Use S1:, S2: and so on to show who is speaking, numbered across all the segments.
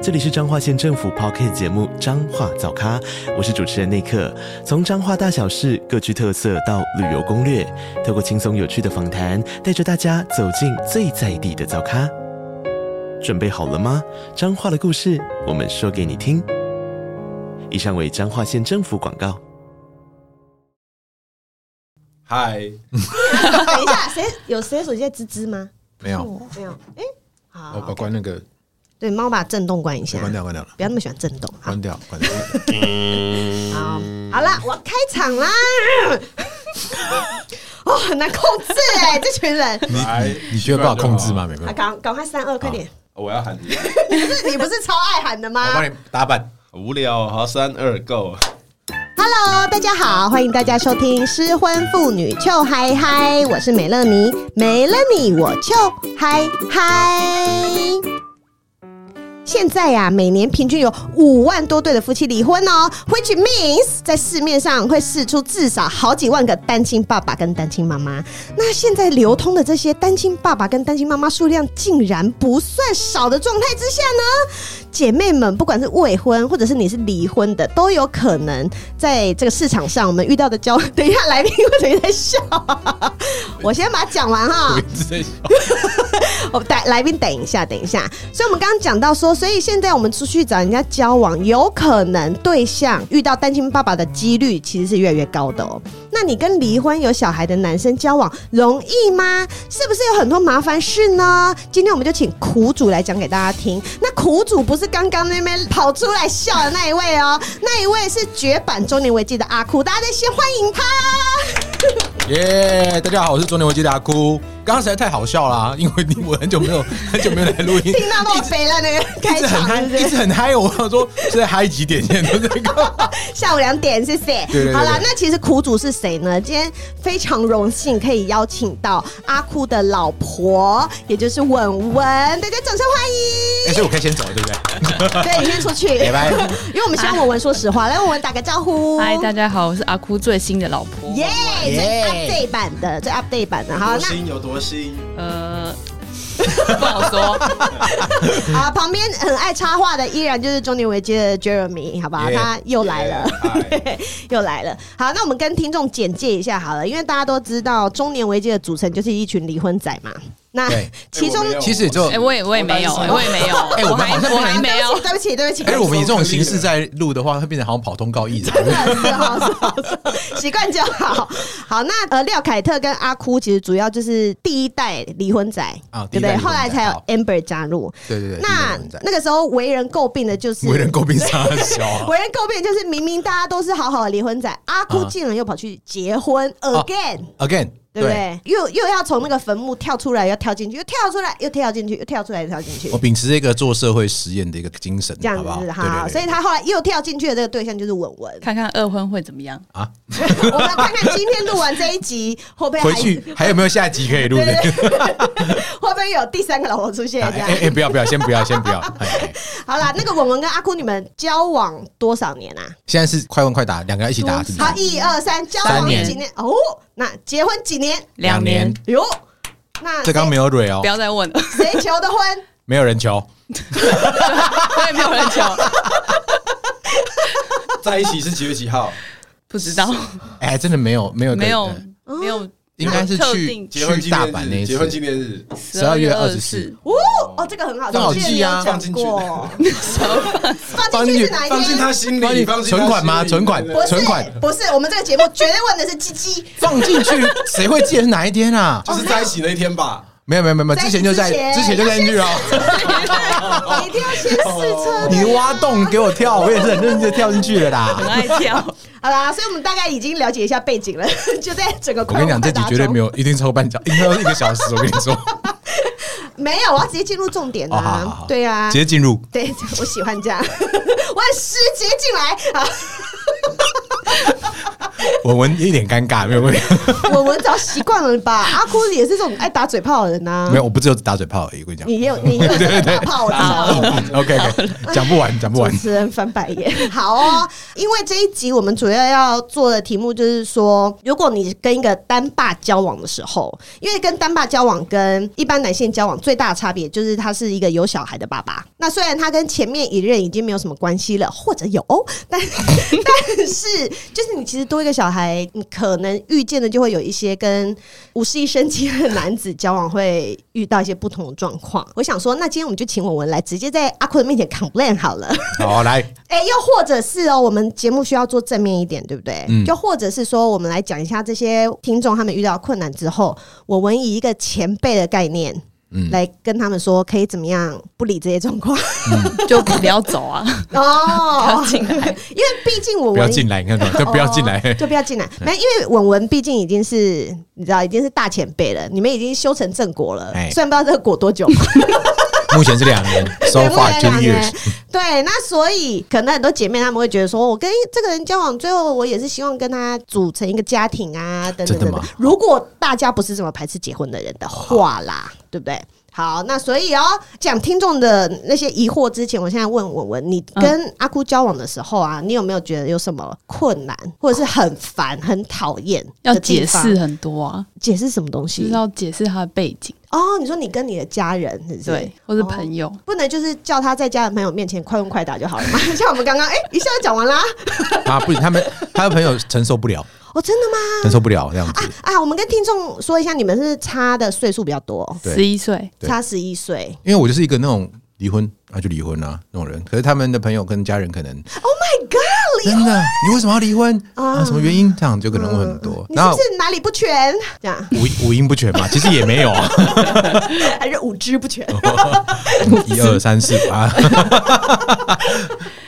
S1: 这里是彰化县政府 p o c k t 节目《彰化早咖》，我是主持人内克。从彰化大小事各具特色到旅游攻略，透过轻松有趣的访谈，带着大家走进最在地的早咖。准备好了吗？彰化的故事，我们说给你听。以上为彰化县政府广告。
S2: 嗨，
S3: 等一下，谁有谁手机在吱吱吗？
S4: 没有，
S3: 没有。哎、
S4: 我把
S3: 好，
S4: 关那个
S3: 对，猫把震动关一下，
S4: 关啊掉，关掉了，
S3: 不要那么喜欢震动。好
S4: 关，掉，关掉。
S3: 好，好啦，我开场啦。 哦，很难控制哎、这群人。
S2: 来，
S4: 你觉得不好控制吗？？美
S3: 啊，
S4: 瑰，
S3: 赶赶快三二，快点！
S2: 我要喊你，
S3: 你不是你不是超爱喊的
S4: 我
S3: 吗
S4: 帮你打板。
S2: 无聊，好，三二 go。
S3: ？Hello，大家好，欢迎大家收听《失婚妇女糗嗨嗨》，我是美乐妮，没了你我糗嗨嗨。现在呀、每年平均有五万多对的夫妻离婚哦，which means 在市面上会试出至少好几万个单亲爸爸跟单亲妈妈。那现在流通的这些单亲爸爸跟单亲妈妈数量竟然不算少的状态之下呢，姐妹们，不管是未婚或者是你是离婚的，都有可能在这个市场上我们遇到的交。 等一下，来宾为什么在笑啊？我先把它讲完哈。
S4: 我一直在笑
S3: 哦，来来宾等一下，等一下。所以我们刚刚讲到说，所以现在我们出去找人家交往，有可能对象遇到单亲爸爸的几率其实是越来越高的哦。那你跟离婚有小孩的男生交往容易吗？是不是有很多麻烦事呢？今天我们就请苦主来讲给大家听。那苦主不是刚刚那边跑出来笑的那一位哦，那一位是绝版中年危机的阿苦，大家再先欢迎他。
S4: 哎耶！大家好，我是中年危机的阿哭。刚刚实在太好笑啦， 因为你我很久没有 很久没有来录音，
S3: 听到那么肥了那个
S4: 一
S3: 开
S4: 直很
S3: 场，
S4: 嗨，
S3: 是不是
S4: 一直很嗨。我想说是在嗨几点？现在都在干嘛？
S3: 下午两点，谢谢。
S4: 对对对
S3: 好啦，
S4: 对
S3: 那其实苦主是谁呢？今天非常荣幸可以邀请到阿哭的老婆，也就是文文，大家掌声
S4: 哎
S3: 欢
S4: 所以我可以先走了，对不对？
S3: 迎。对，你先出去，
S4: 拜拜
S3: 因为我们希望文文说实话，来，文文打个招呼。
S5: 嗨，大家好，我是阿哭最新的老婆。
S3: 哦耶，
S4: 耶
S3: 最 update 版的，最 update 版的。好，
S2: 多
S3: 那
S2: 心有多心，
S5: 呃， 不好说。
S3: 啊，旁边很爱插话的依然就是中年危机的 Jeremy，好不好？
S4: 耶
S3: 他又来了。
S2: 嗨，
S3: 又来了。好，那我们跟听众简介一下好了，因为大家都知道中年危机的组成就是一群离婚仔嘛。那
S4: 对
S3: 其
S2: 哎
S3: 中
S2: 我没有
S4: 其实也只有
S5: 哎、我也我也没有，
S2: 我担
S5: 哎、
S2: 心
S5: 我也没有，
S4: 哎我们
S5: 还
S4: 好像
S5: 我
S3: 啊
S5: 还没有。。
S3: 对不起，对不起，对不起。
S4: 哎，我们以这种形式在录的话，会变成好像跑通告一样。
S3: 真的 是好是好是好习惯就好。好，那呃，廖凯特跟阿哭其实主要就是第一代离婚仔
S4: 啊
S3: 对
S4: 第
S3: 不对？
S4: 一代离婚仔
S3: 后来才有
S4: 好
S3: Amber 加入。
S4: 对对对，
S3: 那
S4: 一个人在
S3: 那个时候为人诟病的就是
S4: 为人诟病啥笑啊？
S3: 为人诟病就是明明大家都是好好的离婚仔，阿哭
S4: 啊哦
S3: 竟然又跑去结婚 again。
S4: again，
S3: 对不？对？又又要从那个坟墓跳出来，要跳进去，又跳出来，又跳进去，又跳出来，又跳进去
S4: 我，秉持一个做社会实验的一个精神，
S3: 这样
S4: 好哦不好？
S3: 子
S4: 对
S3: 哈。
S4: 对
S3: 所以
S4: 对
S3: 他后来又跳进去的这个对象就是文文
S5: 看看二婚会怎么样？
S4: 啊，
S3: 我们看看今天录完这一集，会不会还
S4: 回去还有没有下集可以录
S3: 对
S4: 的？
S3: 对对，会不会有第三个老婆出现？
S4: 哎
S3: 这样
S4: 哎哎，不要不要，先不要先 不要。哎哎
S3: 好啦，那个文文跟阿哭，你们交往多少年啊？
S4: 现在是快问快答，两个要一起答，是不
S3: 好，
S4: 是？
S3: 一二三，交往
S4: 三年
S3: 几年？哦，那结婚几年？
S4: 两年
S3: 哟， 那
S4: 这刚没
S3: 有
S4: 有蕊哦
S5: 不，要再问了，
S3: 谁求 的婚？
S4: 没有人求，
S5: 我也没有人求，
S2: 在一起是几月几号？
S5: 不知道，
S4: 哎，真的没有没有
S5: 没有
S4: 对
S3: 哦
S5: 没有，
S4: 应该是
S5: 特
S4: 去
S5: 定
S2: 结婚
S4: 去
S2: 纪念
S4: 大
S2: 日
S4: 阪那一
S2: 结婚纪
S4: 次，
S2: 念日，
S5: 十
S4: 12月
S5: 二
S4: 24，
S3: 哦哦，这个很好，
S4: 这好
S3: 我记得你
S4: 记啊
S3: 有讲
S2: 放进去
S3: 过，放
S4: 放
S3: 进
S4: 进
S3: 去
S4: 去
S3: 是哪一
S2: 放进
S3: 天？
S2: 他心里，放进他
S4: 存款吗
S2: 心里
S4: 存款
S2: 对
S3: 不
S2: 对
S3: 是
S4: 存款
S3: 不是，我们这个节目绝对问的是鸡鸡。
S4: 放进去，谁会记得是哪一天啊？
S3: 哦
S2: 就是在一起那一天 吧。
S4: 没有没有没有没有，
S3: 在一
S4: 之
S3: 起
S4: 前就在
S3: 之
S4: 之
S3: 前
S4: 前就在去 哦。
S3: 你一定要先试车。
S4: 你挖洞给我跳，我也是很认真地跳进去了
S5: 很
S4: 啦。
S5: 爱跳，
S3: 好啦，所以我们大概已经了解一下背景了， 就在整个
S4: 我跟你讲，这集绝对没
S3: 有
S4: 有，一定超过半小，一定要一个小时。我跟你 说，
S3: 没有，我要直接进入重点
S4: 哦好好
S3: 啊
S4: 好！
S3: 对啊
S4: 直，接进入。
S3: 对， 我喜欢这样，我很直接进来啊！
S4: 文文一脸尴尬，没有 没有
S3: 我们早习惯了吧？阿哭也是这种爱打嘴炮的人呐、
S4: 没有，我不只有打嘴炮而已，我跟你讲。
S3: 你也有，你也有这个打炮，啊我知道。
S4: OK，讲不完，讲不 完
S3: 主。持人翻白眼。 好哦，因为这一集我们主要要做的题目就是说，如果你跟一个单霸交往的时候，因为跟单霸交往跟一般男性交往最大的差别就是他是一个有小孩的爸爸。那虽然他跟前面一任已经没有什么关系了，或者有， 但但是就是你其实多一个小孩，你可能遇见的就会有一些跟五十一身轻的男子交往会遇到一些不同的状况。我想说，那今天我们就请文文来直接在阿坤的面前 complain 好了。
S4: 好，来，
S3: 哎、又或者是哦，我们节目需要做正面一点，对不对？
S4: 嗯
S3: 就或者是说，我们来讲一下这些听众他们遇到困难之后，我们以一个前辈的概念，
S4: 嗯
S3: 来跟他们说可以怎么样不理这些状 况
S5: 就不要走啊，不要
S3: 哦。
S5: 进来。
S3: 因为毕竟我
S4: 不要
S3: 文
S4: 进来，你看到没有都不要进来。
S3: 哦就不要进 来。没，因为文文毕竟已经是你知道，已经是大前辈了，你们已经修成正果了。
S4: 哎
S3: 虽然不知道这个果多久，
S4: 目前是两 年，so
S3: 对，
S4: far
S3: 未来
S4: two
S3: 两
S4: years
S3: 年。欸 对，那所以可能很多姐妹她们会觉得说，我跟这个人交往，最后我也是希望跟他组成一个家庭啊，等等
S4: 真的
S3: 等
S4: 吗
S3: 等。如果大家不是这么排斥结婚的人的话啦，对不对？好，那所以哦，讲听众的那些疑惑之前，我现在问文文，你
S4: 嗯
S3: 跟阿姑交往的时候啊，你有没有觉得有什么困难，或者是很烦、很讨厌？
S5: 要解释，很多啊，
S3: 解释什么东
S5: 就是
S3: 西？
S5: 要解释他的背景，
S3: 哦，你说你跟你的家人是不是？
S5: 对，或是朋友。
S3: 不能就是叫他在家人朋友面前快问快答就好了嘛？ 像我们刚刚，哎、一下就讲完啦。
S4: 啊，不行，他们他的朋友承受不了，
S3: 哦，真的吗？
S4: 承受不了这样子。
S3: 啊，我们跟听众说一下，你们是差的岁数比较多，
S4: 对
S5: 十一岁，
S4: 对
S3: 差十一岁。
S4: 因为我就是一个那种离婚啊就离婚啊那种人，可是他们的朋友跟家人可能
S3: Oh my god！
S4: 真的，你为什么要离婚
S3: 啊嗯
S4: 啊？什么原因？这样就可能问很多。
S3: 你是不是哪里不全？这样
S4: 五五音不全嘛，其实也没有啊，
S3: 还是五肢 不全？
S4: 一二三四啊。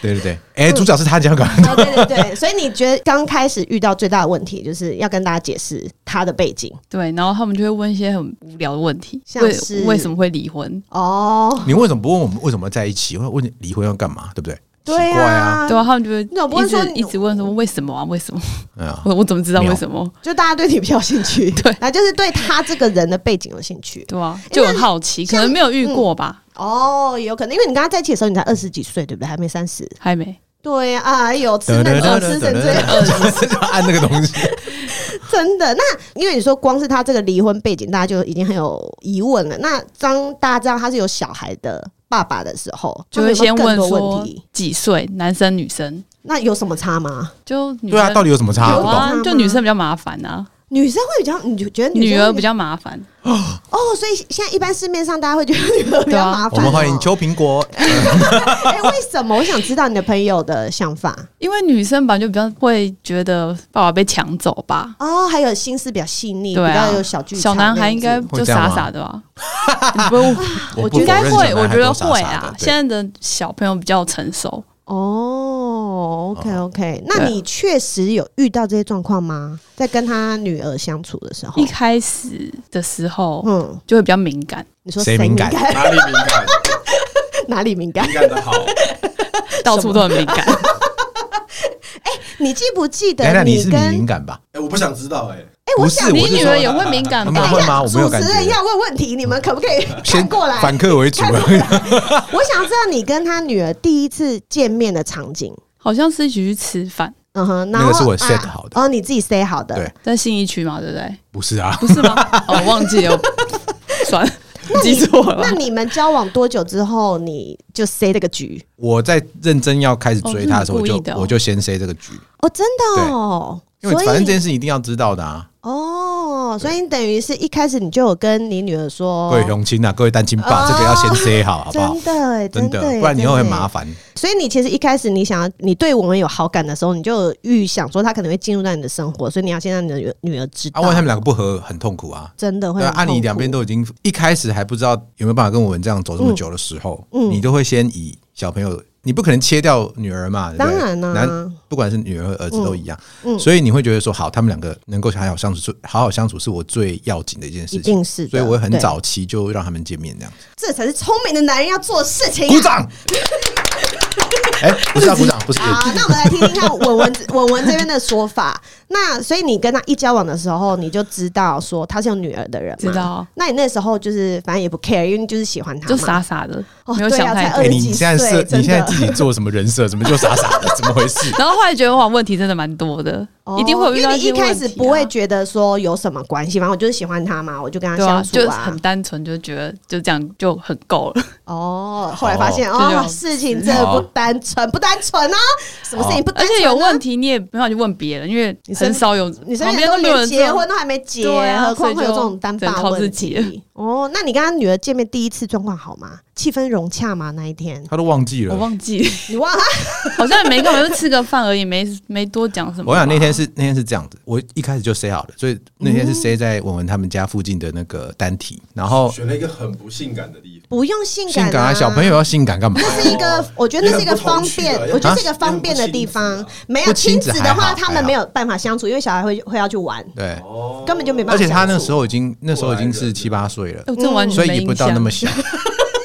S4: 对对对，哎、
S3: 嗯
S4: 主角是他讲稿，
S3: 哦，对对对，所以你觉得刚开始遇到最大的问题就是要跟大家解释他的背景
S5: 对，然后他们就会问一些很无聊的问题，
S3: 像是
S5: 为为什么会离婚？
S3: 哦。
S4: 你为什么不问我们为什么在一起？问问离婚要干嘛？对不对？
S3: 对
S4: 奇怪啊，
S3: 啊，
S5: 对啊，他们就会
S3: 那我不会
S5: 一
S3: 说
S5: 直
S3: 你
S5: 一直问说为什么啊？为什么？
S4: 嗯啊，
S5: 我我怎么知道为什么？
S3: 就大家对你比较有兴趣，
S5: 对
S3: 啊，就是对他这个人的背景有兴趣。
S5: 对啊，就很好奇，可能没有遇过吧，
S3: 哦，也有可能，因为你跟他在一起的时候，你才二十几岁，对不对？还没三十。
S5: 还没。
S3: 对啊，哎呦，吃那种吃成这样，
S4: 按那个东西，
S3: 真的。那因为你说光是他这个离婚背景，大家就已经很有疑问了。那当大家知道他是有小孩的爸爸的时候，
S5: 就
S3: 他们
S5: 会
S3: 有没有
S5: 先
S3: 更
S5: 问
S3: 多
S5: 说
S3: 问题，
S5: 几岁，男生女生，
S3: 那有什么差吗？
S5: 就女生
S4: 对啊，到底有什么差？不
S5: 有
S4: 懂。
S5: 啊
S3: 有差，
S5: 就
S3: 吗
S5: 女生比较麻烦啊，
S3: 女生会比较，你觉得
S5: 女
S3: 生
S5: 儿
S3: 会
S5: 比较麻烦，
S3: 哦，所以现在一般市面上大家会觉得女儿比
S5: 对
S3: 较
S5: 啊
S3: 麻烦、哦
S4: 我们欢迎。秋苹果，
S3: 哎，为什么？我想知道你的朋友的想法
S5: 因为女生本来就比较会觉得爸爸被抢走吧。
S3: 哦，还有心思比较细腻，
S5: 对
S3: 比较
S5: 啊，
S3: 有小剧场
S5: 小男孩应
S3: 那
S5: 该
S3: 样子
S5: 就傻傻的吧？ 你不会
S4: 我
S3: 我觉
S4: 不
S3: 得
S5: 应该
S4: 否认
S5: 会，
S4: 小男
S5: 我
S4: 孩
S5: 觉得
S4: 都傻
S5: 会
S4: 傻的
S5: 啊。
S4: 对
S5: 现在的小朋友比较成熟，
S3: 哦，OK OK，那
S5: 对
S3: 你确实有遇到这些状况吗？在跟他女儿相处的时候
S5: 一，开始的时候
S3: 嗯，
S5: 就会比较敏感，
S3: 你说
S4: 谁敏感
S3: 敏
S2: 哪里敏感？
S3: 哪里敏感
S2: 敏？感的好，
S5: 到处都很 敏感。
S3: 你记不记
S4: 等一下
S3: 得
S4: 你是你敏
S3: 跟
S4: 感吧？
S2: 哎，我不想知道，哎，
S3: 哎，我
S4: 不是
S3: 想
S4: 我
S5: 你
S4: 是
S5: 女
S4: 说
S5: 儿也会敏感
S3: 啊
S4: 他们
S5: 吧？
S4: 会吗？我没有
S3: 主
S4: 感
S3: 持
S4: 觉。
S3: 人要问问题，你们可不可以看
S4: 先
S3: 过来？
S4: 反客为主，
S3: 我想知道你跟他女儿第一次见面的场景。
S5: 好像是一起去吃饭，
S3: 嗯哼，然
S4: 那
S3: 后
S4: 个是我
S3: 啊
S4: set 好的
S3: 哦，你自己 say 好的。
S4: 对
S5: 在信义区嘛，对不对？
S4: 不是啊？
S5: 不是 吗？哦，忘记了，算了，记错了吧
S3: 那。你们交往多久之后，你就 say 这个局？
S4: 我在认真要开始追他的时候，
S5: 哦
S4: 我
S5: 是你
S4: 就
S5: 故意的哦
S4: 我就先 say 这个局，
S3: 哦，真的哦，
S4: 因
S3: 所
S4: 为
S3: 以
S4: 反正这件事一定要知道的啊。
S3: 哦，所以你等于是一开始你就有跟你女儿说，
S4: 各位雄亲啊，各位单亲
S3: 哦
S4: 爸，这个要先 say 好，好不好
S3: 真？的哎，
S4: 真
S3: 的耶，
S4: 不然以后很麻
S3: 烦。
S4: 烦。
S3: 所以你其实一开始你想要，你对我们有好感的时候，你就有预想说他可能会进入到你的生活，所以你要先让你的女女儿知道，
S4: 啊，万一他们两个不合，很痛苦啊。
S3: 真的会
S4: 对啊，
S3: 很
S4: 啊，你
S3: 痛
S4: 两
S3: 苦
S4: 边都已经一开始还不知道有没有办法跟我们这样走这么久的时候，
S3: 嗯嗯
S4: 你都会先以小朋友，你不可能切掉女儿嘛，对不对
S3: 当然啦
S4: 男不管是女儿和儿子都一样，
S3: 嗯嗯
S4: 所以你会觉得说，好，他们两个能够好好相处，好好相处是我最要紧的一件
S3: 一
S4: 事情，
S3: 定是的，
S4: 所以我会很
S3: 对，
S4: 早期就让他们见面这样子。
S3: 这才是聪明的男人要做的事情啊、
S4: 鼓掌！哎，不是要鼓掌，不是。
S3: 好，那我们来听听看文文文文这边的说法。那所以你跟他一交往的时候，你就知道说他是有女儿的人，
S5: 知。道，
S3: 那你那时候就是反正也不 care，因为你就是喜欢他嘛，
S5: 就傻傻的，
S3: 哦，
S5: 没有
S3: 对
S5: 想
S3: 啊，
S5: 太
S3: 才
S5: 多
S3: 二。
S4: 哎，
S3: 十
S4: 你
S3: 几
S4: 现
S3: 岁，
S4: 在是，
S3: 真
S4: 你现在
S3: 的
S4: 自己做什么人设？怎么就傻傻的？怎么回事？
S5: 然后后来觉得哇，问题真的蛮多的，
S3: 哦
S5: 一定会有遇
S3: 因
S5: 到
S3: 为
S5: 一
S3: 你一
S5: 些
S3: 开
S5: 问题、
S3: 始
S5: 啊。
S3: 不会觉得说有什么关系，反正我就是喜欢他嘛，我就跟他
S5: 对啊，
S3: 相处
S5: 就
S3: 啊
S5: 很。单纯，就觉得就这样就很 够了。
S3: 哦，后来发现
S5: 这
S3: 哦，
S5: 就
S3: 事情真的不单纯，不单纯啊，什么事情不
S5: 而
S3: 单纯？啊
S5: 且有问，题你也没办法去问别人，因为
S3: 你身
S5: 很少有
S3: 你身
S5: 旁
S3: 边
S5: 边
S3: 都
S5: 都没有
S3: 连
S5: 人
S3: 结
S5: 知道
S3: 婚都还没结，
S5: 对啊
S3: 何况会有这
S5: 所以就
S3: 种单
S5: 只
S3: 爸
S5: 能靠
S3: 问
S5: 自己
S3: 题？哦，那你跟他女儿见面第一次状况好吗？气氛融洽吗？那一天
S4: 他都忘记
S5: 我
S4: 了。
S5: 忘记，
S3: 你忘了？
S5: 好像也没干嘛，就吃个饭而已，没没多讲什么吧。
S4: 我
S3: 啊
S4: 想那天是那天是这样子，我一开始就 say 好了，所以那天是
S3: 嗯
S4: say 在文文他们家附近的那个单体，然后
S2: 选了一个很不性感的地方。
S3: 不用性
S4: 性
S3: 感
S4: 感啊，小朋友要性感 干嘛？
S3: 是一个，我觉得那是一个方便
S2: 也很不同趣，啊
S3: 我觉得是一
S2: 也
S3: 个
S2: 很不
S3: 方便的
S2: 亲子
S3: 地方
S2: 啊。
S3: 没有
S4: 不
S3: 亲
S4: 亲
S3: 子
S4: 子
S3: 的
S4: 还
S3: 话，
S4: 好
S3: 他
S4: 还
S3: 们
S4: 好
S3: 没有办法相处，因为小孩会会要去玩，
S4: 对，
S2: 哦
S3: 根本就没办法。
S4: 而且他那时，候已经那时候已经是七八岁了
S3: 嗯
S5: 哎，我真的完
S4: 所
S5: 全
S4: 以也
S5: 没印
S4: 不
S5: 象，
S4: 到那么小。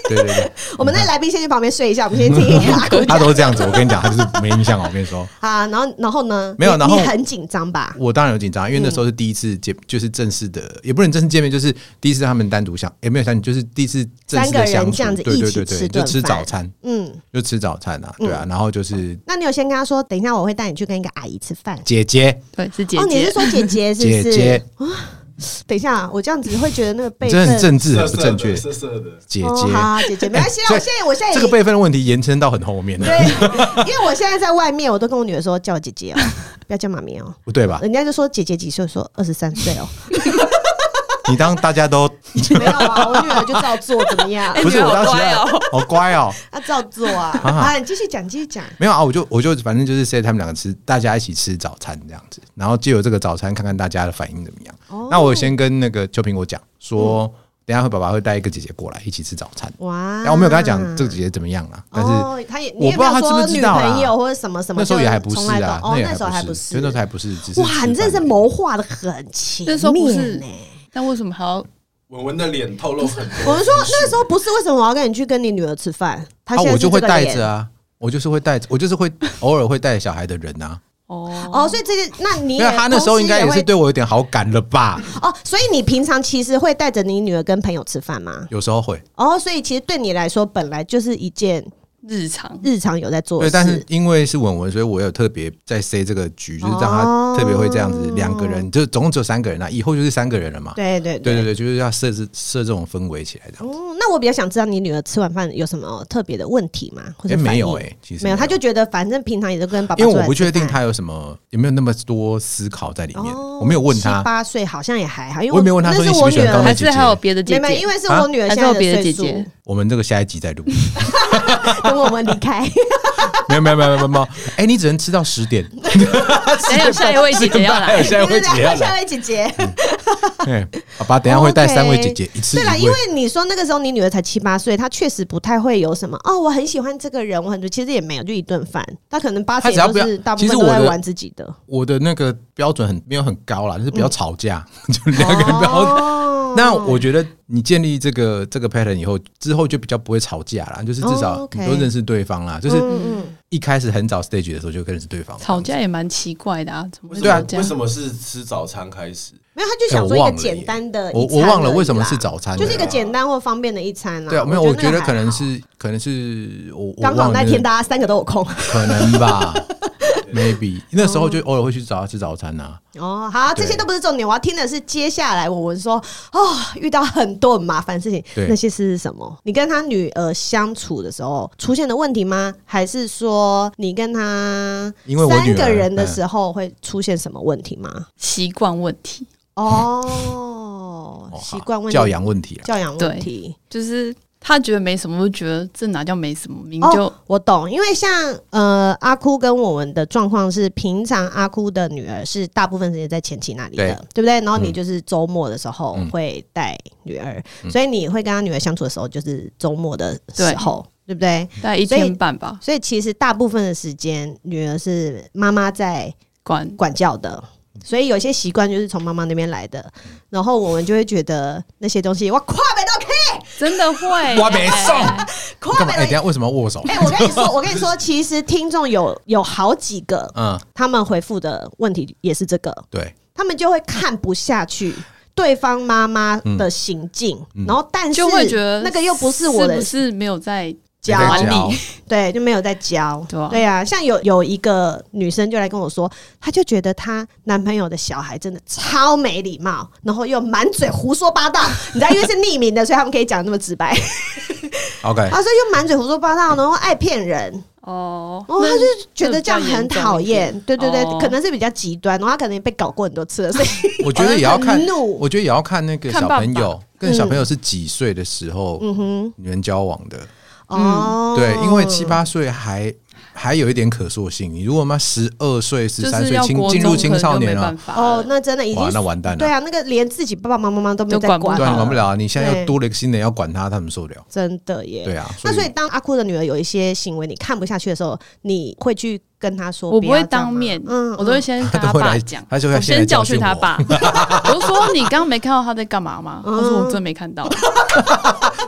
S4: 对对 对，
S3: 我们那来宾先去旁边睡一下，我们先听一 下。
S4: 他都这样子，我跟你讲，他就是没印象。我 跟你说，
S3: 啊，然后然后呢？
S4: 没有
S3: 你
S4: 然后
S3: 你很紧张吧？
S4: 我当然有紧张，因为那时候是第一次
S3: 嗯
S4: 见，就是正式的，也不能正式见面，就是第一次他们单独相，也没有相，就是第一次正
S3: 三
S4: 式的
S3: 个人
S4: 相
S3: 这
S4: 处
S3: 样子，
S4: 对对
S3: 一
S4: 对
S3: 起吃
S4: 对，
S3: 顿
S4: 就
S3: 饭
S4: 吃早餐，
S3: 嗯，
S4: 就吃早餐啊，对啊，然后就是
S3: 那你有先跟他说，等一下我会带你去跟一个阿姨吃饭。
S4: 姐姐
S5: 对，是姐
S3: 哦，你
S5: 姐
S3: 是。说姐姐是不
S4: 姐
S3: 是？
S4: 姐，
S3: 等一下，我这样子会觉得那个辈
S4: 你真的很
S3: 分。
S4: 政治
S2: 色
S4: 很不
S2: 色
S4: 正
S2: 的，
S4: 确，
S2: 色色的。
S4: 姐
S3: 哦，好
S4: 姐。
S3: 好，姐姐，没关系啦，我
S4: 所以
S3: 现在我现在
S4: 这
S3: 也
S4: 个辈分的问题延伸到很后面了，
S3: 对， 因为我现在在外面，我都跟我女儿说叫我姐姐哦，不要叫妈咪哦。
S4: 不 对吧？
S3: 人家就说姐姐几岁，我说二十三岁 哦，
S4: 你当大家 都
S3: 没有啊，我女儿就照做，怎么样
S5: 哎？
S4: 不是
S5: 你们
S4: 我
S5: 好
S4: 当时
S5: 乖哦
S4: 好乖哦，
S3: 她照做啊，
S4: 啊
S3: 啊，你继续讲，继续讲。
S4: 没有啊，我就我就反正就是 say 他们两个吃，大家一起吃早餐这样子，然后借由这个早餐看看大家的反应怎么样。
S3: 哦
S4: 那我先跟那个邱苹果讲说，等一下会爸爸会带一个姐姐过来一起吃早餐，
S3: 哇，
S4: 然后我没有跟他讲这个姐姐怎么样啦，啊但是。
S3: 啊哦，他也你
S4: 我
S3: 也
S4: 不
S3: 没有
S4: 知道他知
S3: 说
S4: 不知
S3: 女
S4: 道啦
S3: 朋友或者什么什么，
S4: 那时候也还不
S3: 就是从来都
S4: 啊，
S3: 哦，
S4: 那也
S3: 那时候还不是，
S4: 对那时候还不是，只是
S3: 哇，你真的是谋划的很前
S5: 那时候不
S3: 面
S5: 是
S3: 呢。
S5: 但为什么还要
S2: 文文的脸透露很多。
S3: 我们说那时候不是，为什么我要跟你去跟你女儿吃饭？她
S4: 啊，
S3: 现在
S4: 我
S3: 是这
S4: 就
S3: 个
S4: 会带
S3: 脸
S4: 着啊，我就是会带着，我 就是会偶尔会带小孩的人啊，
S5: 哦
S3: 哦，所以这个那你
S4: 因为他那时候应该也是对我有点好感了 吧，
S3: 哦，所以你平常其实会带着你女儿跟朋友吃饭吗？
S4: 有时候会，
S3: 哦，所以其实对你来说本来就是一件
S5: 日常
S3: 日常有在做的
S4: 对，
S3: 事，
S4: 但是因为是文文，所以我有特别在 C 这个局，就是让
S3: 哦
S4: 他特别会这样子，两个人就总共只有三个人啊，以后就是三个人了嘛。
S3: 对对
S4: 对对对，就是要设置设这种氛围起来的。
S3: 哦，那我比较想知道你女儿吃完饭有什么特别的问题吗？或者反
S4: 哎，
S3: 应、
S4: 没有哎，其实
S3: 没有，她就觉得反正平常也都跟爸爸，
S4: 因为我不确定。他有什么有没有那么多思考在里面，
S3: 哦，
S4: 我没有问他
S3: 七，八岁好像也还好，因为
S4: 我也没有问她
S3: 那
S4: 说
S3: 是
S4: 你喜
S3: 我女
S4: 不喜欢啊
S3: 儿
S4: 高
S5: 还
S4: 跟姐
S5: 是
S4: 姐
S5: 还有别的
S3: 没
S5: 姐
S3: 有没有，因
S5: 姐，
S3: 为是我女儿现在
S5: 还是有别的
S3: 岁
S5: 姐
S3: 数，
S5: 姐
S4: 我们这个下一集再录。
S3: 等我们离开。
S4: 没有没有没有没有没有，哎，你只能吃到 十点，
S5: 还有下一位姐姐要
S4: 还有
S5: 来，
S4: 下一位姐姐要
S3: 下
S4: 来。
S3: 一位姐姐，哦
S4: 哎，爸爸等一下会带三位姐姐一次
S3: 对啦，
S4: 一
S3: 因
S4: 位
S3: 为。你说那个时候你女儿才七八岁，她确实不太会有什么哦，我很喜欢这个人，我很其实也没有，就一顿饭，她可能八成
S4: 她只要
S3: 也
S4: 不要
S3: 都是大部
S4: 其
S3: 分
S4: 实
S3: 都
S4: 我
S3: 在
S4: 的
S3: 玩自己的，
S4: 我的那个标准很没有很高啦，就是不要吵架， 就两个人不要
S3: 嗯哦
S4: 那我觉得你建立这个这个 pattern 以后，之后就比较不会吵架啦，就是至
S3: 哦
S4: 少
S3: ，OK
S4: 你都认识对方啦。就是
S3: 嗯嗯
S4: 一开始很早 stage 的时候就认识对方，
S5: 吵架也蛮奇怪的啊，怎么
S2: 为什
S5: 会
S2: 么
S4: 对啊
S5: 吵架
S2: 为什么是吃早餐开始？
S3: 没有，她就想
S4: 哎
S3: 说
S4: 我
S3: 一
S4: 忘
S3: 个
S4: 了
S3: 简
S4: 耶
S3: 单的一餐而已
S4: 我
S3: 啦，
S4: 我忘了为什么是早餐，
S3: 就是一个
S4: 对啊
S3: 简单或方便的一餐啦。
S4: 对啊，没有，我觉得
S3: 那
S4: 可能
S3: 还好
S4: 是可能是我我
S3: 刚
S4: 忘
S3: 好
S4: 了
S3: 那天大家三个都有空
S4: 可能吧，maybe 那时候就偶尔会去找他吃早餐啊呐，
S3: 哦。好，这
S4: 对
S3: 些都不是重点，我要听的是接下来我们说哦，遇到很多很麻烦的事情，
S4: 对
S3: 那些事是什么？你跟他女儿相处的时候出现的问题吗？还是说你跟他
S4: 因为我
S3: 三
S4: 女
S3: 个
S4: 儿
S3: 人的
S4: 嗯
S3: 时候会出现什么问题吗？
S5: 习惯问题，
S3: 哦
S4: 哦，
S3: 习惯问题、
S4: 教养问题啦，
S3: 教养问题。
S5: 就是他觉得没什么，我就觉得这哪叫没什么，明明就
S3: 哦，我懂，因为像呃阿哭跟我们的状况是，平常阿哭的女儿是大部分时间在前妻那里的，
S4: 对
S3: 对不对？然后你就是周末的时候
S4: 嗯
S3: 会带女儿，所以你会跟她女儿相处的时候就是周末的时
S5: 对
S3: 候，对不对？
S5: 大概一
S3: 所以
S5: 天半吧，
S3: 所以其实大部分的时间，女儿是妈妈在
S5: 管
S3: 管教的。所以有些习惯就是从妈妈那边来的，然后我们就会觉得那些东西我跨北都 care，
S5: 真的会、欸
S4: 我没送，
S3: 跨
S4: 干嘛？
S3: 美
S4: 哎、等一
S3: 了。
S4: 下为什么握手？
S3: 哎、我跟你说，我跟你说，其实听众有有好几个，
S4: 嗯，
S3: 他们回复的问题也是这个，
S4: 对，
S3: 他们就会看不下去对方妈妈
S4: 嗯
S3: 的行径，然后但是
S5: 就会觉得
S3: 那个又不是我的
S5: 是不是没有在
S3: 教
S4: 没在
S5: 教
S4: 教
S3: 对，就没有在教。
S5: 对啊
S3: 像有有一个女生就来跟我说，她就觉得她男朋友的小孩真的超没礼貌，然后又满嘴胡说八道。你知道，因为是匿名的，所以他们可以讲那么直 白。
S4: OK，
S3: 她说又满嘴胡说八道，然后爱骗人，
S5: 哦？
S3: 然后她就觉得这样很讨厌。对对对，
S5: 哦
S3: 可能是比较极端，然后她可能也被搞过很多次了，所以
S4: 我觉得也要看
S3: 很，怒
S4: 我觉得也要看那个
S5: 看
S4: 小
S5: 爸爸嗯
S4: 朋友跟小朋友是几岁的时候，
S3: 嗯哼，
S4: 你们交往的，
S3: 哦，
S4: 嗯对，因为七八岁还还有一点可塑性，你如果妈十二岁、十
S5: 就
S4: 三
S5: 是
S4: 岁
S5: 要
S4: 进
S5: 国
S4: 进
S5: 中
S4: 入
S5: 可
S4: 青
S5: 能
S4: 少
S5: 就
S4: 年啊
S5: 没办
S4: 了，
S5: 法
S3: 哦
S5: 了，，
S3: 那真的已经
S4: 哇，那完蛋
S3: 对
S4: 了，
S3: 啊，那个连自己爸爸妈妈都没有
S5: 都
S3: 在
S5: 管不
S3: 管
S5: 好
S4: 对
S3: 了，
S4: 啊，你管不了啊，你现在
S3: 对
S4: 又多了一个新的要管他，他们受不了，
S3: 真的耶。
S4: 对啊，
S3: 那所
S4: 所
S3: 以，当阿酷的女儿有一些行为你看不下去的时候，你会去跟她说？
S5: 我不
S3: 要
S5: 会
S3: 这样
S5: 当
S3: 吗
S5: 面，
S3: 嗯，
S5: 我都会先
S4: 他
S5: 跟
S4: 都
S5: 他
S4: 会来
S5: 爸讲，
S4: 他就会
S5: 我
S4: 先来
S5: 先
S4: 教
S5: 教
S4: 训
S5: 训
S4: 我
S5: 他爸，我就说你刚刚没看到他在干嘛吗？他说我真没看 到，
S3: 啊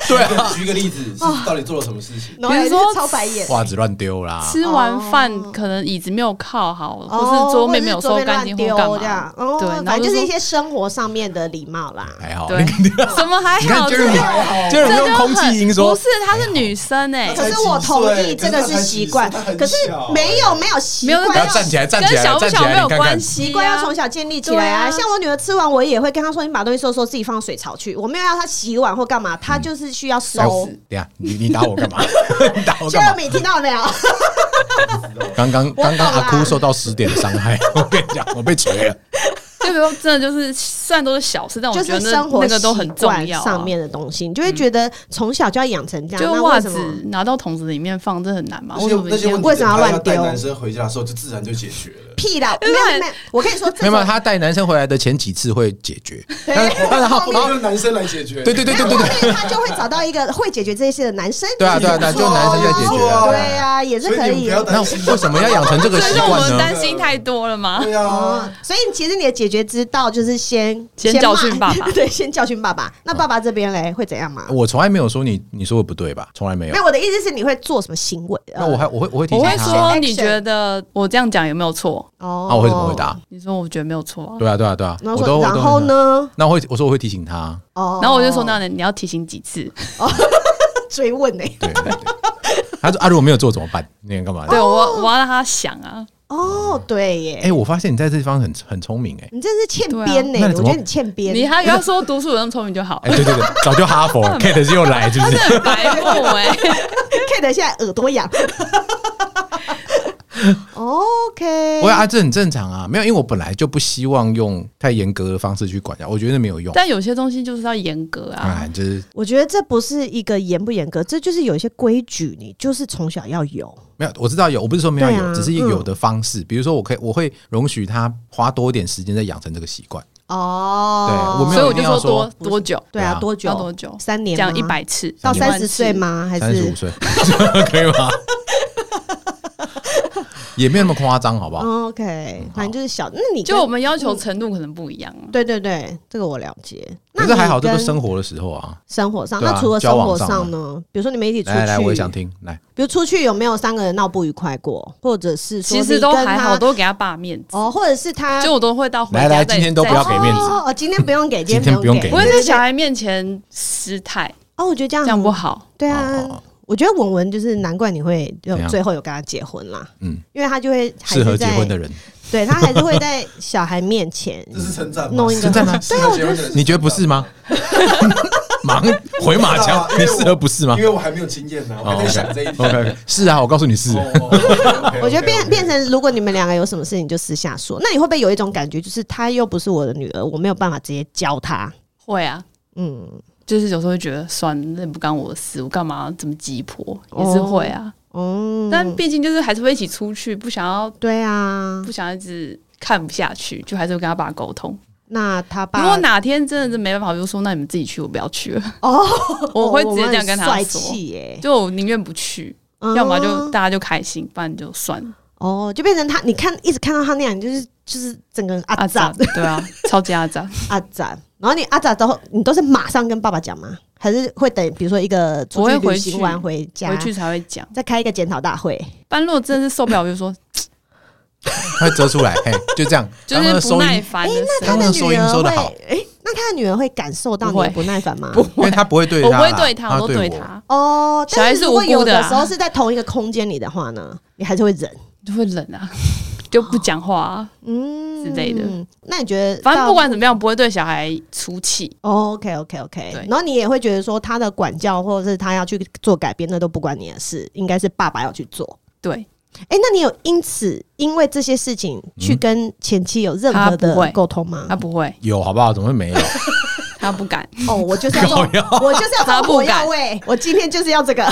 S2: 对啊，举个例子，是到底做了什么事情？
S3: 嗯，比
S5: 比如说
S3: 超白眼，
S4: 袜子乱丢啦，
S5: 吃完
S3: 哦
S5: 饭可能椅子没有靠好，
S3: 哦，
S5: 或是桌面没有
S3: 或
S5: 收
S3: 者是桌
S5: 干
S3: 面
S5: 净
S3: 乱
S5: 或
S3: 丢
S5: 干
S3: 这
S5: 嘛
S3: 样，，哦，
S5: 对，然
S3: 反
S5: 后
S3: 正
S5: 就
S3: 就是
S5: 说
S3: 一些生活上面的礼貌啦。
S4: 还好，
S5: 对
S4: 你肯定，
S5: 什么还
S4: 你看
S5: 好，
S4: Jeremy，
S5: 这
S4: Jeremy
S5: 就
S4: 用空气音
S5: 很
S4: 说
S5: 不，是，她是女生哎、
S3: 可
S2: 才
S3: 是我
S2: 几
S3: 同
S2: 岁
S3: 意，
S2: 可
S3: 这
S2: 是
S3: 个
S2: 他
S3: 是
S2: 才
S3: 习
S2: 几
S3: 惯
S2: 岁他，很
S3: 可是
S2: 小
S3: 没
S4: 哎
S3: 有没有习
S5: 没有
S3: 惯
S5: 那
S4: 不要
S5: 个
S4: 站起来，站起来，
S5: 跟小不
S4: 站起
S5: 小没
S4: 来，
S5: 有
S4: 你看看
S5: 关，系、啊，
S3: 习惯要从小建立起来啊！像我女儿吃完，我也会跟她说：“你把东西收收，自己放水槽去。”我没有要她洗碗或干嘛，她就是需要
S4: 哎
S3: 收。
S4: 等一下你你打我 干嘛？ 你打我
S3: 就
S4: 干
S3: 让
S4: 嘛？
S3: 你听到没有？
S4: 刚刚
S3: 我懂
S4: 刚刚
S3: 啦
S4: 阿哭受到十点的伤害， 我跟你讲，我被锤了。
S5: 就比如说真的就是虽然都是小事，但我
S3: 就
S5: 觉得
S3: 是
S5: 那
S3: 生活
S5: 那个都很重
S3: 习
S5: 要、
S3: 惯
S5: 啊。
S3: 上面的东西，你就会
S4: 嗯
S3: 觉得从小就要养成这样。
S5: 就
S3: 那
S5: 袜
S3: 为什
S5: 子
S3: 么？
S5: 拿到桶子里面放，这很难嘛？
S2: 那
S5: 我
S2: 些
S5: 怎么
S2: 那些问题，
S3: 为什哦么要乱丢
S2: 他带男生回家的时候，就自然就解决了。
S3: 屁啦！没有没有，我跟你说，这
S4: 没有，没有
S3: 种
S4: 他带男生回来的前几次会解决，
S3: 对
S4: 但是但是
S3: 后
S4: 后
S3: 面
S2: 然后男生来解决，
S4: 对对对
S3: 没有
S4: 对对对，
S3: 后面他就会找到一个会解决这些的男生。
S4: 对啊对啊对啊，
S3: 也是不错
S4: 就男生在解决啊。
S3: 哦对啊，也是
S2: 所以
S3: 可
S2: 你们
S3: 以
S2: 不。要
S4: 那
S2: 担心。
S4: 为什么要养成这个
S5: 所以
S4: 习
S5: 说我
S4: 惯
S5: 们
S4: 呢？
S5: 担心太多了嘛？
S2: 对啊
S3: 哦，，所以其实你的解决之道就是先
S5: 先
S3: 骂
S5: 教训爸爸
S3: 对，先教训爸爸。那爸爸这边嘞会怎样嘛？
S4: 我从来没有说你你说的不对吧？从来没有
S3: 没。有，我的意思是你会做什么行为？
S4: 那我还我会我会提
S5: 我
S4: 醒
S5: 会
S4: 他。
S5: 说，
S3: action
S5: 你觉得我这样讲有没有错？
S3: 哦
S4: 那我会怎么回？答？
S5: 你说我觉得没有错啊。
S4: 对啊对啊对啊，
S3: 然
S4: 我
S3: 后
S4: 都
S3: 说，
S4: 我
S3: 然
S4: 都
S3: 后
S4: 很？
S3: 呢？
S4: 那我会我说我会提醒他。
S3: 哦，
S5: 然后我就说，那你你要提醒几次？
S3: 追问呢？
S4: 对， 对对他说啊，如果没有做怎么办？那个干嘛？
S5: 对我我要让他想啊，
S3: 哦，对耶，
S4: 哎，我发现你在这地方很很聪明哎。
S3: 你真是欠编呢、
S4: 对啊那你
S3: 我
S4: 怎
S3: 觉
S4: 么
S3: 得你欠编。
S5: 你还不要说读书有那么聪明就好
S4: 哎，，对对对，早就哈佛 Kate 又来，是不是？
S5: 很白目哎。
S3: Kate 现在耳朵 痒。OK，
S4: 我啊，这很正常啊，没有，因为我本来就不希望用太严格的方式去管教，我觉得没有用。
S5: 但有些东西就是要严格啊。
S4: 哎，就是
S3: 我觉得这不是一个严不严格，这就是有一些规矩，你就是从小要有。
S4: 没有，我知道有，我不是说没有
S3: 对
S4: 有，
S3: 啊
S4: 只是
S3: 嗯
S4: 有的方式。比如说，我可以我会容许他花多一点时间在养成这个习惯。
S3: 哦
S4: 对我哎没
S5: 所
S4: 有
S5: 以我就说多
S4: 一定要
S3: 说
S5: 多久？
S3: 对啊，
S4: 对啊
S3: 多久？
S5: 要多久
S3: 三年吗？
S5: 讲一百次
S3: 到
S5: 一万
S3: 三十岁
S5: 次
S3: 吗？还
S4: 三十
S3: 是？
S4: 五岁 可以吗？也没有那么夸张，好不嗯好？
S3: 哦 OK，反正就是小。那你跟
S5: 就我们要求程度可能不一样啊。
S3: 对对对，这个我了解。那
S4: 可是还好，这
S3: 个
S4: 个生活的时候啊，
S3: 生活上，
S4: 对啊
S3: 那除了生活
S4: 交往
S3: 上
S4: 上
S3: 呢？比如说你们一起出去，
S4: 来来，我也想听，来，
S3: 比如出去有没有三个人闹不愉快过，或者是说
S5: 其实
S3: 你
S5: 都
S3: 跟
S5: 还好，
S3: 他
S5: 我都给他爸面子，
S3: 哦，或者是他
S5: 就我都会到回
S4: 来
S5: 家
S4: 来
S5: 再
S4: 今天都不要给面子
S3: 哦，哦今天不用给，
S4: 今天
S3: 不用
S4: 不
S5: 不
S4: 用
S5: 会
S4: 给
S5: 在小孩面前失态，
S3: 哦，我觉得这样
S5: 这样不好。
S3: 对
S4: 哦
S3: 啊
S4: 哦。
S3: 我觉得文文就是难怪你会就
S4: 怎样
S3: 最后有跟他结婚啦，
S4: 嗯，
S3: 因为他就会还
S4: 适合
S3: 是
S4: 结
S3: 在
S4: 婚的人，
S3: 对他还是会在小孩面前
S2: 这是称赞吗，
S3: 弄一个啊
S4: 称赞吗
S2: 适合结婚的人
S4: 你觉得不是吗？马上回马枪，
S2: 因
S4: 你
S2: 为我
S4: 适合不是吗
S2: 因为我还没有经验呢，我还在想这一点。
S4: ？OK，是啊，我告诉你是，
S2: 哦
S3: 我觉得变变成，如果你们两个有什么事情就私下说，那你会不会有一种感觉，就是她又不是我的女儿，我没有办法直接教她？
S5: 会啊，
S3: 嗯，
S5: 就是有时候会觉得算了，那不干我的事，我干嘛这么急迫？也是会啊，
S3: 哦，
S5: 但毕竟就是还是会一起出去，不想要
S3: 对啊
S5: 不，想要一直看不下去，就还是会跟他爸沟通。
S3: 那他爸
S5: 如果哪天真的是没办法，我就说那你们自己去，我不要去 了，
S3: 哦，
S5: 我会直接
S3: 们
S5: 这样跟
S3: 很
S5: 他
S3: 帅
S5: 说
S3: 气耶，
S5: 就我宁愿不去，
S4: 哦
S5: 要么就
S3: 嗯
S5: 大家就开心，不然就算了
S3: 哦，就变成他，你看一直看到他那样，你就是就是整个人阿
S5: 啊，
S3: 杂
S5: 对啊，超级阿杂。
S3: 阿展，然后你阿展之后，你都是马上跟爸爸讲吗？还还是会等，比如说一个出
S5: 我
S3: 去
S5: 会
S3: 旅
S5: 回去
S3: 行完回家，
S5: 回去才会讲。
S3: 再开一个检讨大会。
S5: 般若真的是受不了，我就 说
S4: 他折出来，嘿，就这样，
S5: 就
S4: 刚刚的
S5: 是不
S4: 收
S5: 耐
S4: 音，
S5: 烦的
S4: 他
S5: 声
S4: 那
S5: 音
S4: 个收音收得好
S3: 哎、那他的女儿会感受到你
S5: 不会
S3: 的不耐烦吗？
S4: 因为他不会对
S5: 我
S4: 他
S5: 不
S4: 啦，
S5: 会对他，
S4: 他
S5: 我都
S4: 对
S5: 对
S4: 我，
S5: 他，
S3: 哦，
S5: 小孩
S3: 但
S5: 是
S3: 如果
S5: 无辜
S3: 有
S5: 的
S3: 的
S5: 啊
S3: 时候是在同一个空间里的话呢，你还是会忍，
S5: 就会冷啊，就不讲话啊。
S3: 嗯
S5: 之类的。
S3: 那你觉得到，
S5: 反正不管怎么样，不会对小孩出气。
S3: 哦，OK OK OK，
S5: 对
S3: 然后你也会觉得说他的管教或者是他要去做改变，那都不关你的事，应该是爸爸要去做。
S5: 对，
S3: 哎、那你有因此因为这些事情去跟前妻有任何
S5: 他不
S3: 的
S5: 会
S3: 沟通吗
S4: 嗯
S5: 他？不会，
S4: 有好不好？怎么会没有？
S5: 他不敢。
S3: 哦，我就是要做，
S4: 靠腰
S3: 我就是要
S5: 他
S3: 做
S5: 不
S3: 火药
S5: 敢
S3: 味，我今天就是要这个。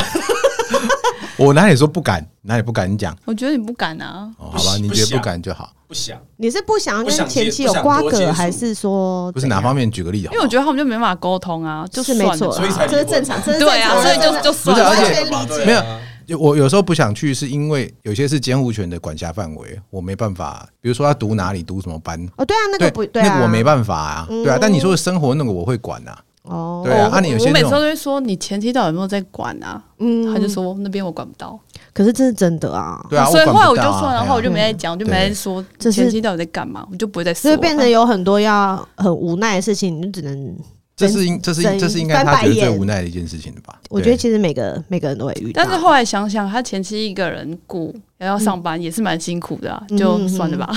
S4: 我哪里说不敢，哪里不敢？你讲，
S5: 我觉得你不敢啊，
S4: 哦好吧？你觉得不敢就好，
S2: 不想
S3: 你是不想要
S2: 不
S3: 跟
S2: 想接
S3: 前妻有
S2: 不想
S3: 瓜
S2: 多接
S3: 葛，
S2: 触
S3: 还是说
S4: 不是哪
S3: 怎样
S4: 方面？举个例好
S5: 因
S4: 不好，
S5: 为我觉得他们就没办法沟通啊，就是算
S3: 没
S5: 了
S3: 错
S5: 吧
S2: 所以
S3: 啦，
S2: 才
S3: 这是正常，这是正
S5: 对
S3: 常的，
S5: 啊，所以就就算了
S4: 不
S3: 完
S4: 是而且
S5: 吧。
S3: 全理
S2: 啊
S3: 解。
S4: 没有就我有时候不想去，是因为有些是监护权的管辖范围，我没办法。比如说他读哪里，读什么班，
S3: 哦，对啊，那个不对
S4: 那
S3: 啊，
S4: 个我没办法啊，对啊。但你说的生活那个我会管啊，
S3: 哦，
S4: 对啊。
S5: 我
S4: 啊，你有些
S5: 我每
S4: 那
S5: 次都
S4: 种
S5: 会说你前期到底有没有在管啊？
S3: 嗯
S5: 他就，说那边我管不到，哦
S3: 可是这是真的啊，
S4: 对啊，
S5: 所以
S4: 我
S5: 后
S4: 管
S5: 来
S4: 不
S5: 我就
S4: 到啊
S5: 算
S4: 哎
S5: 了，然
S4: 呀
S5: 后我就没再讲，我就没再说
S3: 嗯这是
S5: 前期到底在干嘛，我就不会再说
S3: 所以
S5: 了。
S3: 变成有很多要很无奈的事情，你就只能，
S4: 这是应这是
S3: 整
S4: 这是应该
S3: 翻
S4: 他
S3: 白
S4: 觉得最
S3: 眼
S4: 无奈的一件事情了吧？
S3: 我觉得
S4: 对
S3: 其实每个每个人都会遇到，
S4: 啊
S5: 但是后来想想，他前期一个人顾，然后上班也是蛮辛苦的、啊，
S3: 嗯
S5: 就算了吧。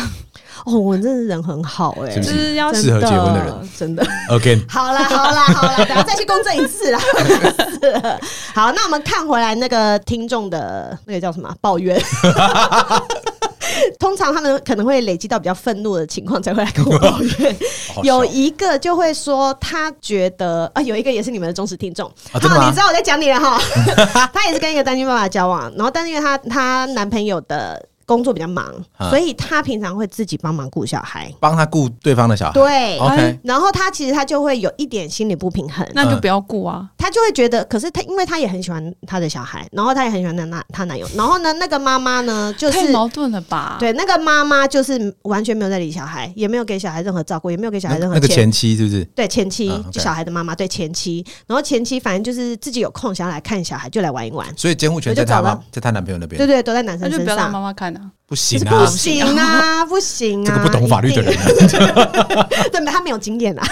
S3: 哦，我真的是人很好哎，
S4: 是
S5: 就
S4: 不
S5: 是要
S3: 真
S4: 适合结婚的人，
S3: 真的。
S4: again
S3: 好 啦，好啦，好啦，等下再去公证一次啦。是好，那我们看回来那个听众的那个叫什么啊抱 怨。通常他们可能会累积到比较愤怒的情况才会来跟我抱怨。
S4: 好
S3: 有
S4: 笑
S3: 一个就会说，他觉得啊，有一个也是你们的忠实听众，
S4: 啊真的吗
S3: 你知道我在讲你了 哈。她也是跟一个单亲爸爸交往，然后但是因为她她男朋友的工作比较忙，
S4: 啊
S3: 所以她平常会自己帮忙顾小孩。
S4: 帮他顾对方的小孩，
S3: 对，哎
S4: ，OK，
S3: 然后她其实她就会有一点心理不平衡，
S5: 那就不要顾啊。
S3: 她就会觉得，可是她因为她也很喜欢她的小孩，然后她也很喜欢她男她男友，然后呢，那个妈妈呢就是
S5: 太。矛盾了吧？，
S3: 对，那个妈妈就是完全没有在理小孩，也没有给小孩任何照顾，也没有给小
S4: 那
S3: 孩任何
S4: 那个
S3: 钱。
S4: 前妻是不是？
S3: 对前妻
S4: 嗯，，OK
S3: 就小孩的妈妈对前妻，然后前妻反正就是自己有空想要来看小孩就来玩一玩，
S4: 所以监护权
S3: 我就
S4: 在她
S3: 找
S4: 妈
S3: 到，
S4: 在她男朋友那
S3: 对
S4: 边，
S3: 对，都在男
S5: 那
S3: 生
S5: 就
S3: 身
S5: 不要让妈
S3: 上。
S5: 妈看啊。
S4: 不
S3: 可
S4: 行
S3: 是不
S4: 啊，
S3: 行啊，不行啊！
S4: 这个不懂法律的人啊
S3: 一定， 对，他没有经验啊，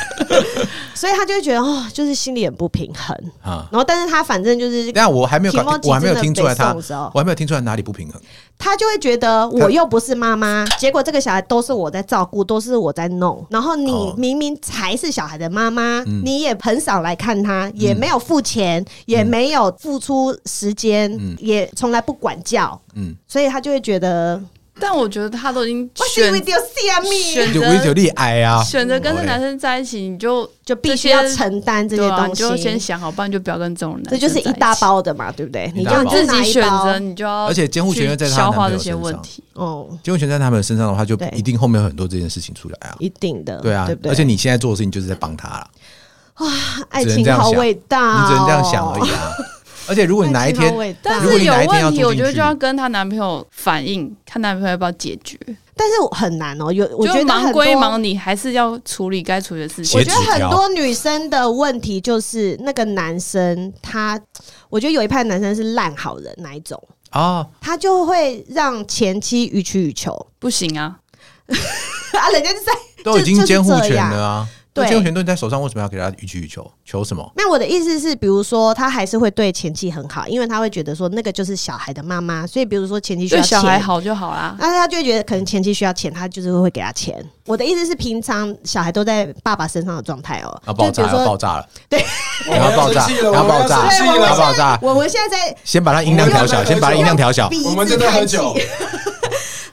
S3: 所以他就会觉得哦，就是心里很不平衡。
S4: 啊。
S3: 然后，但是他反正就是
S4: 但我还没有搞
S3: 情况，激
S4: 我还没有
S3: 真的
S4: 听出来
S3: 北宋
S4: 他，
S3: 的时候
S4: 我还没有听出来哪里不平衡。
S3: 他就会觉得我又不是妈妈，结果这个小孩都是我在照顾，都是我在弄。然后你
S4: 哦嗯
S3: 明明才是小孩的妈妈，你也很少来看他，也没有付钱，也没有付出时间，也从来不管教。
S4: 嗯，
S3: 所以他就会觉得，
S5: 但我觉得他都已经
S3: 我是因
S5: 选
S3: 为丢 C M
S5: 选
S4: 有
S5: 择
S4: 有例癌啊，
S5: 选择跟这男生在一起，你就
S3: 哦就必须
S5: 这些
S3: 要承担这些
S5: 对啊，你
S3: 东西。
S5: 就先想好，不然就不要跟这种男
S3: 这
S5: 生
S3: 就是一大
S5: 在
S3: 包的嘛，对不对？你
S4: 一
S5: 起。
S4: 大
S5: 就
S4: 包
S3: 就
S5: 你
S3: 只
S5: 自
S3: 拿
S5: 己
S3: 一
S5: 选
S3: 包
S5: 择，你就要
S4: 而且监护权又在
S5: 去
S4: 她
S5: 消
S4: 男
S5: 化
S4: 朋
S5: 这
S4: 友
S5: 些
S4: 身
S5: 问
S4: 上。
S5: 题。
S3: 哦，
S4: 监护权在他们身上的话，啊就
S3: 对
S4: 一定后面有很多这件事情出来啊。
S3: 一定的，
S4: 对啊，
S3: 对不对？
S4: 而且你现在做的事情就是在帮他了，
S3: 爱
S4: 只能
S3: 情
S4: 这样
S3: 好
S4: 想
S3: 伟大、哦，
S4: 你只能这样想而已啊。而且如果你哪一
S3: 爱情
S4: 天
S3: 好伟大，
S5: 但
S4: 如果
S5: 是
S4: 你
S5: 有
S4: 哪一天要
S5: 问题，
S4: 住
S5: 我觉得
S4: 进去
S5: 就要跟她男朋友反映，看男朋友要不要解决。
S3: 但是很难哦，有我觉
S5: 就
S3: 得
S5: 忙
S3: 很
S5: 归
S3: 多
S5: 忙，你还是要处理该处理的事情
S3: 我
S4: 写。
S3: 觉得
S4: 纸
S3: 很
S4: 条
S3: 多女生的问题就是那个男生他，我觉得有一派男生是烂好人那一种，
S4: 啊，
S3: 他就会让前妻予取予 求
S5: 不行啊，
S3: 啊，人家就在
S4: 都已经监护权
S3: 就是这
S4: 了啊，
S3: 样对
S4: 监护权都在手上，为什么要给他予取予求？求什么？
S3: 那我的意思是，比如说他还是会对前妻很好，因为他会觉得说那个就是小孩的妈妈，所以比如说前妻需
S5: 对
S3: 要钱啊
S5: 小，孩好就好啦。
S3: 但是他就会觉得可能前妻需要钱，他就是会给他钱。我的意思是，平常小孩都在爸爸身上的状态哦
S4: 要，啊爆
S3: 就比如
S4: 炸，要爆
S3: 说，
S4: 炸了，
S2: 我们
S4: 要爆炸
S2: 生气了，
S4: 要
S2: 我们
S4: 爆炸
S2: 要生气
S3: 对
S4: 要
S2: 了，
S4: 爆炸！
S3: 我们现在在
S4: 先把他音量调小，先把他音量调小，
S3: 鼻
S2: 我们
S3: 子
S2: 正在
S3: 看
S2: 喝
S3: 戏
S2: 酒，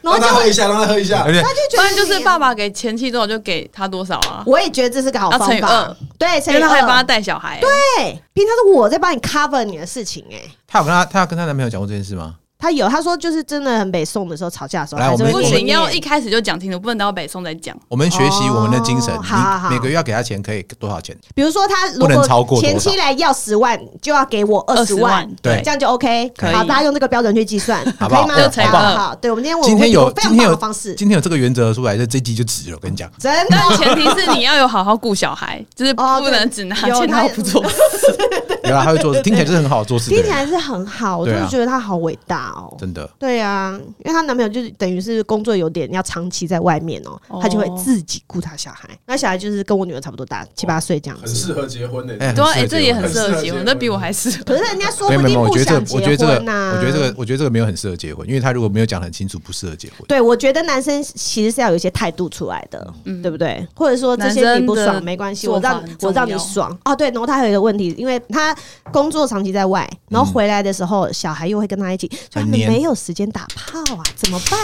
S3: 然后
S2: 让
S3: 就
S2: 他喝
S3: 会
S2: 一下，让他喝一下
S4: 而。且
S3: 他就觉
S5: 不
S3: 得
S5: 然就是
S3: 你
S5: 爸爸给前妻多少就给他多少啊，
S3: 我也觉得这是个好
S5: 要
S3: 方
S5: 乘以
S3: 法
S5: 二，
S3: 对，
S5: 因
S3: 乘以
S5: 为他还帮他
S3: 二。
S5: 带小孩欸、
S3: 对，平常是我在帮你 cover 你的事情、欸，哎，
S4: 他有跟他，他要跟他男朋友讲过这件事吗？
S3: 他有他说就是真的很北宋的时候吵架的时候，
S4: 来
S3: 还是
S4: 我
S3: 会
S4: 们
S5: 不
S3: 念
S5: 行，要一
S3: 念
S5: 开始就讲清楚，不能到北宋再 讲。
S4: 我们学习我们的精神，
S3: 哦好好好
S4: 你每个月要给他钱，可以多少钱？
S3: 比如说他如
S4: 不能超
S3: 果
S4: 过多
S3: 前
S4: 少
S3: 期来要十万，就要给我二十
S5: 20
S3: 万
S5: 万，
S4: 对
S3: 这样就 OK。
S5: 可以
S3: 好，大家用这个标准去计算，
S4: 好不好
S3: 可以吗？
S5: 六乘以
S3: 好
S5: 二
S3: 好，对，我们今天我
S4: 今天
S3: 我
S4: 有
S3: 非
S4: 今
S3: 常
S4: 天
S3: 棒的
S4: 有
S3: 方式，
S4: 今天有这个原则出来，这这一集就值了。我跟你讲，
S3: 真的。
S5: 但前提是你要有好好顾小孩，就是
S3: 哦
S5: 不
S3: 对
S5: 能只拿
S3: 有
S5: 钱
S3: 他
S5: 然后不做事。
S4: 原来他会做事，听起来就是很好做事的
S3: 听起
S4: 人，
S3: 来是很好，我真
S4: 对
S3: 的
S4: 啊
S3: 觉得她好伟大哦。
S4: 真的。
S3: 对啊，因为她男朋友就是等于是工作有点要长期在外面哦，
S5: 哦
S3: 她就会自己顾她小孩。那小孩就是跟我女儿差不多
S5: 哦
S3: 大，七八岁这样
S2: 很
S3: 子。
S2: 适合结婚的、
S4: 哎
S5: 对啊，
S4: 很适合
S5: 哎，这也很
S2: 结
S5: 适
S2: 婚
S5: 合结婚，这比我还适合。
S3: 可是人家说
S4: 没有
S3: 不
S4: 没
S3: 定
S4: 有，我
S3: 不
S4: 觉得这
S3: 想
S4: 个，我觉得
S3: 结
S4: 这个
S3: 婚啊呐。，
S4: 我觉得这个，我觉得这个没有很适合结婚，因为他如果没有讲得很清楚，不适合结婚。
S3: 对，我觉得男生其实是要有一些态度出来的，对不对？或者说这些
S5: 嗯男
S3: 你不
S5: 生的
S3: 爽没关系，我
S5: 做法
S3: 让
S5: 很
S3: 我
S5: 重
S3: 让你
S5: 要
S3: 爽哦。对，然后他还有一个问题，因为他工作长期在外，然后回来的时候、小孩又会跟他一起，所以他
S4: 嗯很
S3: 们
S4: 黏
S3: 没有时间打炮啊，怎么办？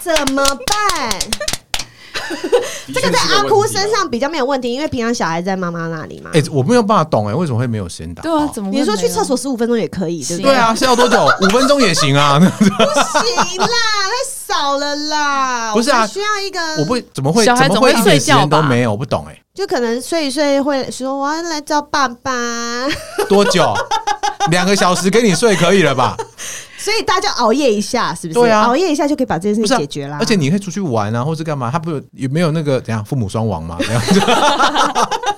S3: 怎么办？
S2: 这
S3: 这个在阿哭身，
S2: 啊
S3: 上比较没有问题，因为平常小孩在妈妈那里嘛。
S4: 啊哎、我没有办法懂哎、为什么会没有时间打？
S5: 对啊，怎么会
S3: 你说去
S5: 没有
S3: 厕所十五分钟也可以，对不
S5: 行
S3: 对？
S4: 对啊，是要多久？五分钟也行 啊。
S3: 不行啦， 太少了啦。
S4: 不是啊
S3: 我们需要一个，
S4: 我不怎么会，
S5: 小孩
S4: 怎么
S5: 总
S4: 会
S5: 会
S4: 一点时
S5: 睡觉
S4: 间
S5: 吧
S4: 都没有？我不懂哎、
S3: 就可能睡一睡会说我要来找爸爸，
S4: 多 久？两个小时给你睡可以了吧？
S3: 所以大家熬夜一下，是不是？
S4: 对啊
S3: 熬夜一下就可以把这件事
S4: 不是
S3: 情
S4: 啊、
S3: 解决啦。
S4: 而且你可以出去玩啊，或是干嘛？他不有也没有那个怎样父母双亡嘛？这样